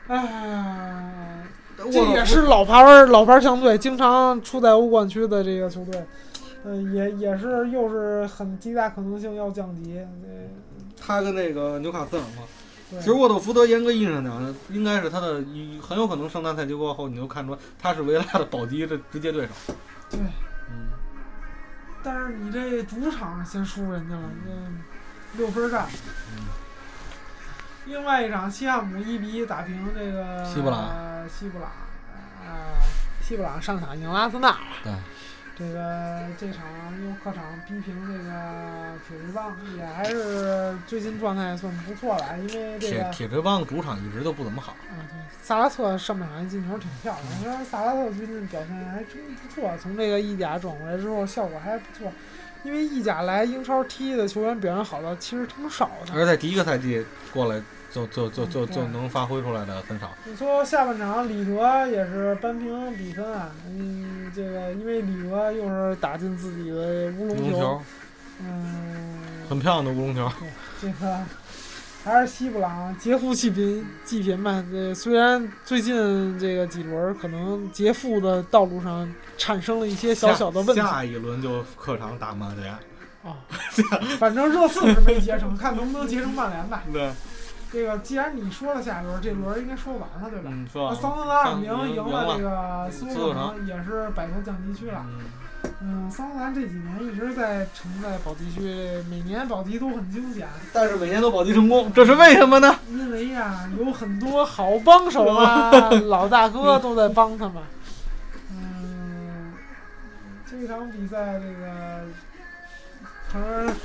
A: 但是呢，哎，这也是老牌儿老牌儿强队，经常处在欧冠区的这个球队，呃，也也是又是很极大可能性要降级。
C: 他跟那个纽卡斯尔嘛。
A: 呃、
C: 其实
A: 对，
C: 沃特福德严格意义上讲，应该是他的很有可能圣诞赛季过后，你就看出他是维拉的保级的直接对手。
A: 对
C: 嗯，
A: 但是你这主场先输人家了，
C: 嗯
A: 这六分战。另外一场，西汉姆一比一打平这个
C: 西布朗
A: 呃西布朗，啊，西布朗上场赢了阿森纳。
C: 对，
A: 这个这场又客场逼平这个铁锤帮，也还是最近状态算不错了，因为这个
C: 铁铁锤帮主场一直都不怎么好。
A: 啊，对，萨拉特上半场一进球挺漂亮，但是萨拉特最近表现还真不错，从这个意甲转过来之后效果还不错。因为意甲来英超踢的球员表现好的其实挺少的。
C: 而在第一个赛季过来就就就就
A: 嗯
C: 就能发挥出来的很少。
A: 你说下半场里德也是扳平比分啊，嗯，这个因为里德又是打进自己的乌龙
C: 乌龙
A: 球，
C: 球
A: 嗯，
C: 很漂亮的乌龙球，
A: 这个还是西布朗劫富济贫，济贫吧。这虽然最近这个几轮可能劫富的道路上产生了一些小小的问题啊、
C: 下一轮就客场打曼联。
A: 反正热刺是没劫成，看能不能劫成曼联吧。
C: 对，
A: 这个既然你说了下一轮，这轮应该说完了对吧？
C: 嗯，
A: 那
C: 说
A: 桑
C: 吧。
A: 德兰二比
C: 桑
A: 零赢了这个苏
C: 苏
A: 格
C: 格兰
A: 兰，也是摆脱降级区了。
C: 嗯
A: 嗯，桑德兰这几年一直在沉在保级区，每年保级都很惊险。
C: 但是每年都保级成功，这是为什么呢？
A: 因为呀，有很多好帮手啊，老大哥都在帮他们。嗯，这场比赛这个，反正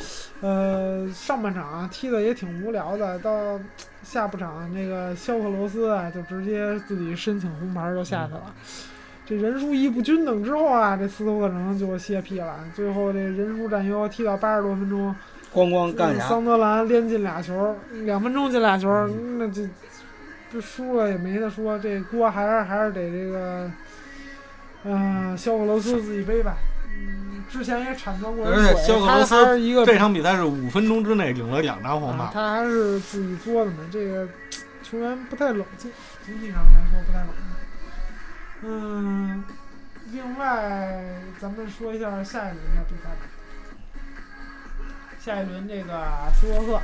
A: 呃上半场啊踢的也挺无聊的，到下半场那个肖克罗斯啊，就直接自己申请红牌就下去了。这人数一不均等之后啊，这斯托克城就泄屁了。最后这人数占优，踢到八十多分钟，
C: 咣咣干
A: 嗯
C: 啥？
A: 桑德兰连进俩球，两分钟进俩球，那这这输了也没得说，这锅还是还是得这个，嗯、肖克罗斯自己背吧。嗯，之前也铲断过人
C: 而且
A: 腿
C: 肖克罗斯
A: 他还是一个
C: 这场比赛是五分钟之内领了两张红
A: 啊，
C: 牌，
A: 他还是自己作的嘛。这个球员不太冷静，总体上来说不太冷静。嗯，另外咱们说一下下一轮的比赛吧。下一轮这个斯洛克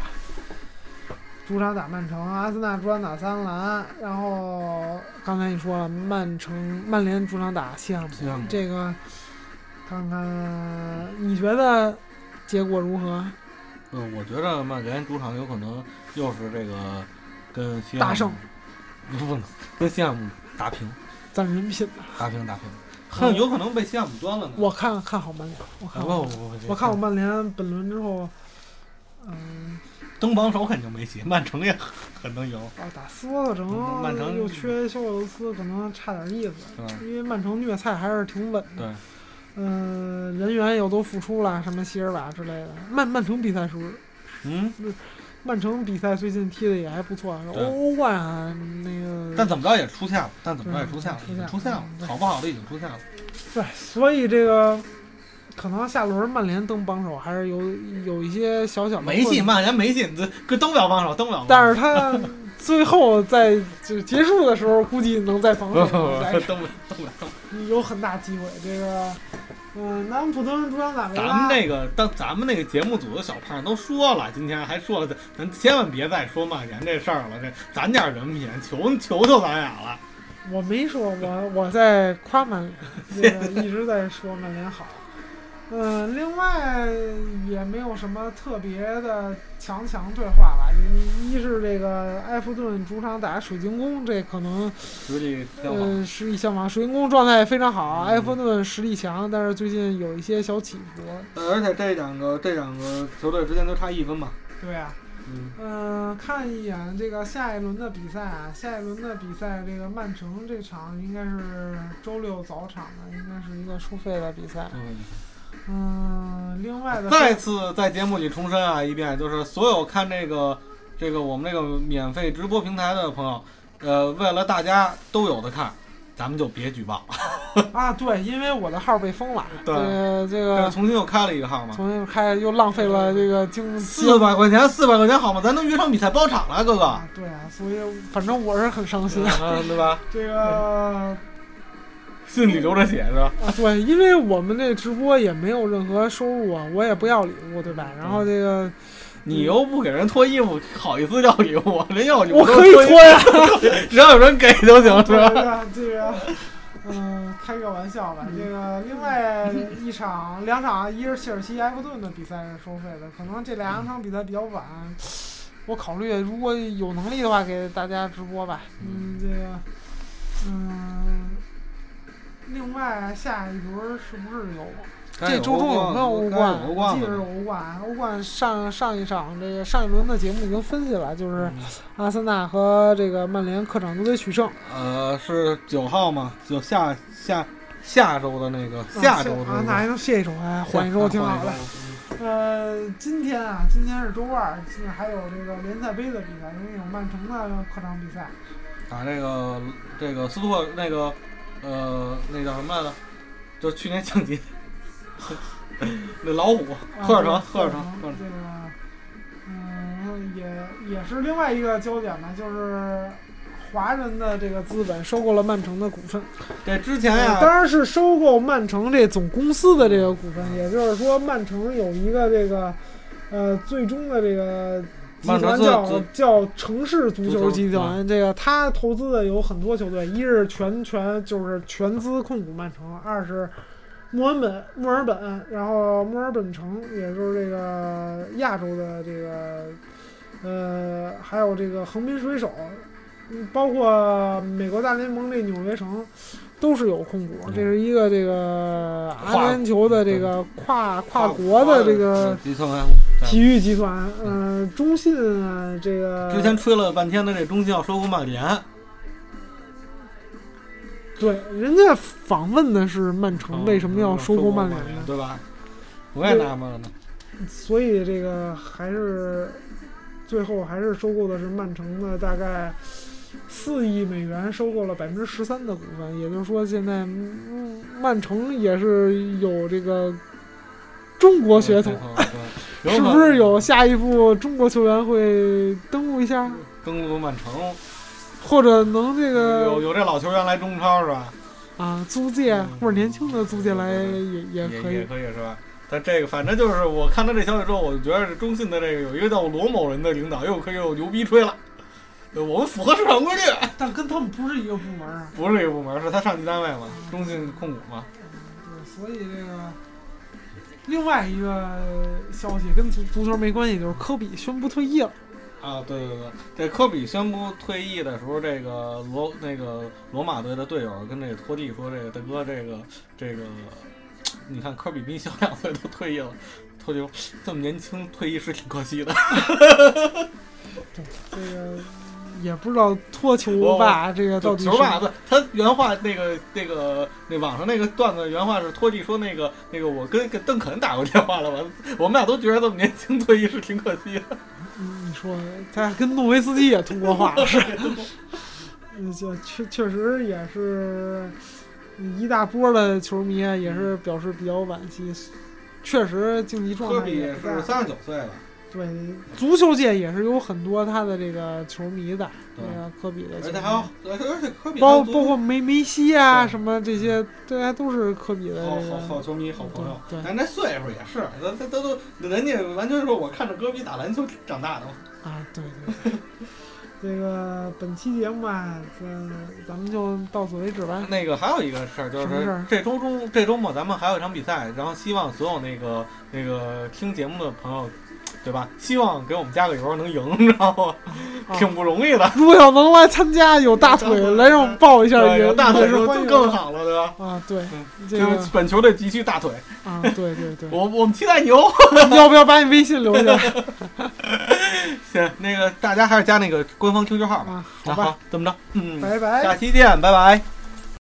A: 主场打曼城，阿森纳主场打三兰，然后刚才你说了，曼城曼联主场打西汉姆，
C: 西汉姆
A: 这个看看你觉得结果如何？
C: 嗯，我觉着曼联主场有可能又是这个跟西汉姆
A: 大胜，
C: 不不能跟西汉姆打平，
A: 攒人品吧，
C: 打平打平，很有可能被西汉姆端了呢。
A: 我看看好曼联，我
C: 啊
A: 看
C: 不
A: 好
C: 不
A: 曼联
C: 不，
A: 我看好曼联本轮之后，嗯、
C: 登榜首肯定没戏，曼城也很能赢，
A: 啊打斯沃特城
C: 嗯曼城
A: 又缺修尔斯，可能差点意思，
C: 对吧？
A: 因为曼城虐菜还是挺稳的。
C: 对，
A: 嗯，人员又都复出了，什么席尔瓦之类的。曼曼城比赛时候，
C: 嗯，
A: 曼城比赛最近踢的也还不错，
C: 对
A: 欧欧冠啊那个。
C: 但怎么着也出线了，但怎么着也出线了，
A: 嗯
C: 已经出线了
A: 出线，了
C: 好不好的已经出线了。
A: 对，所以这个可能下轮曼联登榜首还是有有一些小小的
C: 没
A: 困
C: 戏，
A: 难
C: 曼联没戏，这这登不了榜首，登不了榜首。
A: 但是他最后在就结束的时候，估计能在榜
C: 不
A: 首
C: 不 不，
A: 来
C: 登不了登不了。
A: 哎有很大机会。这个，嗯，南安普敦主场打维
C: 咱们
A: 拉，
C: 那个当咱们那个节目组的小胖都说了，今天还说了，咱千万别再说曼联这事儿了，这咱点人品，求求求咱俩了。
A: 我没说，我我在夸曼联，这个一直在说曼联好。嗯，另外也没有什么特别的强强对话吧。一一是这个埃弗顿主场打水晶宫，这可能
C: 实力相仿，
A: 呃实力相仿。水晶宫状态非常好，
C: 嗯
A: 埃弗顿实力强，但是最近有一些小起伏。
C: 而且这两个这两个球队之间都差一分嘛。
A: 对啊，
C: 嗯，
A: 嗯，看一眼这个下一轮的比赛啊，下一轮的比赛，这个曼城这场应该是周六早场的，应该是一个收费的比赛。嗯，另外的
C: 再次在节目里重申啊一遍，就是所有看这个这个我们这个免费直播平台的朋友，呃，为了大家都有的看，咱们就别举报，
A: 啊，对，因为我的号被封了，
C: 对
A: 呃这
C: 这
A: 个
C: 重新又开了一个号嘛。
A: 重新开又浪费了这个经
C: 四百块钱，四百块钱好吗？咱能约上比赛包场了，哥哥。
A: 啊，对啊，所以反正我是很伤心。
C: 嗯，对吧？
A: 这个
C: 信里流着血是吧？
A: 啊，对，因为我们这直播也没有任何收入啊，我也不要礼物，对吧？然后这个
C: 你又不给人脱衣服，好意思要礼物？人要礼物
A: 我
C: 都
A: 可以
C: 是
A: 脱呀，
C: 脱，只要有人给就行， 是吧？
A: 吧？这个，嗯，开个玩笑吧。这个另外一场、两场，一是切尔西、埃弗顿的比赛是收费的，可能这两场比赛比较晚。我考虑，如果有能力的话，给大家直播吧。嗯，这个，嗯，另外下一轮是不是有？这周中有没有欧
C: 该
A: 冠？
C: 欧
A: 我
C: 冠
A: 记得是
C: 了？
A: 欧冠。欧冠上上一场这个上一轮的节目已经分析了，就是阿森纳和这个曼联客场都得取胜。
C: 呃，是九号嘛？就下下下周的那个下周
A: 啊，那
C: 的
A: 还能歇一周，哎，缓一周挺好的。 呃，今天啊，今天是周二，今天还有这个联赛杯的比赛，因为有曼城的客场比赛。啊
C: 打这个这个斯托那个呃那叫什么来着？就去年降级 那老虎
A: 啊
C: 赫尔城
A: 赫
C: 赫尔城赫尔
A: 这个，嗯，也也是另外一个焦点吧，就是华人的这个资本收购了曼城的股份。
C: 这之前
A: 呃
C: 呀
A: 当然是收购曼城这总公司的这个股份，也就是说，曼城有一个这个，呃，最终的这个集
C: 曼城
A: 团
C: 是
A: 叫
C: 足
A: 叫城市足
C: 足
A: 球
C: 球
A: 集团。这个他投资的有很多球队，一是全权就是全资控股曼城，二是墨尔本墨尔本，然后墨尔本城，也就是这个亚洲的这个，呃，还有这个横滨水手，嗯包括美国大联盟这纽约城，都是有控股。
C: 嗯
A: 这是一个这个
C: 跨
A: 阿联酋的这个跨跨国
C: 的
A: 的
C: 呃
A: 这个
C: 集团。
A: 体育集团。嗯、呃，中信啊，这个
C: 之前吹了半天的这中信要收购曼联，
A: 嗯对人家访问的是曼城，
C: 嗯
A: 为什么要收购曼联
C: 联，
A: 呢？
C: 对吧？我也纳闷了呢。
A: 所以这个还是最后还是收购的是曼城的大概四亿美元，收购了百分之十三的股份，也就是说现在嗯曼城也是有这个中国血统。
C: 哎对，
A: 是不是有下一步中国球员会登陆一下，
C: 登陆曼城？
A: 或者能这
C: 有
A: 个
C: 有这老球员来中超是吧？
A: 啊租借
C: 嗯
A: 或者年轻的租借来
C: 对对
A: 也也可
C: 也
A: 以？
C: 可以是吧？但这个反正就是我看到这消息之后，我就觉得中信的这个有一个叫罗某人的领导又可以又牛逼吹了，对我们符合市场规律，啊
A: 但跟他们不是一个部门啊。
C: 不是一个部门，是他上级单位嘛，中信控股嘛。
A: 对，所以这个另外一个消息跟足足球没关系，就是科比宣布退役了。
C: 啊，对对对，这科比宣布退役的时候，这个罗那个罗马队的队友跟这个托蒂说：“这个大哥，这个这个，你看科比比你小两岁都退役了。”托蒂说：“这么年轻退役是挺可惜的。
A: 这个也不知道脱球吧，这个到底是
C: 球爸不，他原话那个那个那网上那个段子原话是托蒂说那个那个我跟跟邓肯打过电话了，我我们俩都觉得这么年轻退役是挺可惜的。
A: 嗯你说他跟诺维斯基也通过话了， 是，嗯，这确确实也是一大波的球迷啊，也
C: 嗯
A: 是表示比较惋惜。确实竞技状
C: 科
A: 态
C: 比
A: 也
C: 也
A: 不
C: 是
A: 大，
C: 三十九岁了，
A: 对足球界也是有很多他的这个球迷的，
C: 对
A: 对啊，科比的
C: 而
A: 球
C: 且
A: 迷，
C: 还有而且而且科比还
A: 包
C: 有足
A: 包括梅梅西啊
C: 对
A: 什么这些，对啊，都是科比的
C: 好
A: 这
C: 好好
A: 个，
C: 球迷，好朋友。哎
A: 对对
C: 但这岁数也是，他他他都人家完全是我看着戈壁打篮球长大的嘛。
A: 啊，对对。对这个本期节目啊，咱咱们就到此为止吧。
C: 那个还有一个事儿，就
A: 什么事儿
C: 是这周中这周末咱们还有一场比赛，然后希望所有那个那个听节目的朋友，对吧？希望给我们加个油，能赢，知道吗？
A: 啊
C: 挺不容易的，
A: 如果要能来参加，有大腿来让我们抱一下，
C: 对
A: 也
C: 有大腿
A: 也是
C: 就
A: 欢
C: 就
A: 迎
C: 更好了，对吧？
A: 啊，对
C: 嗯，
A: 这
C: 就
A: 个
C: 是本球队急需大腿，
A: 啊，对对对，
C: 我我们期待你哦。
A: 要不要把你微信留 下啊
C: 行， 那个大家还是加那个官方 QQ 号吧。
A: 啊？
C: 那
A: 好吧，
C: 好，这么着，嗯，
A: 拜拜。
C: 下期见，拜拜。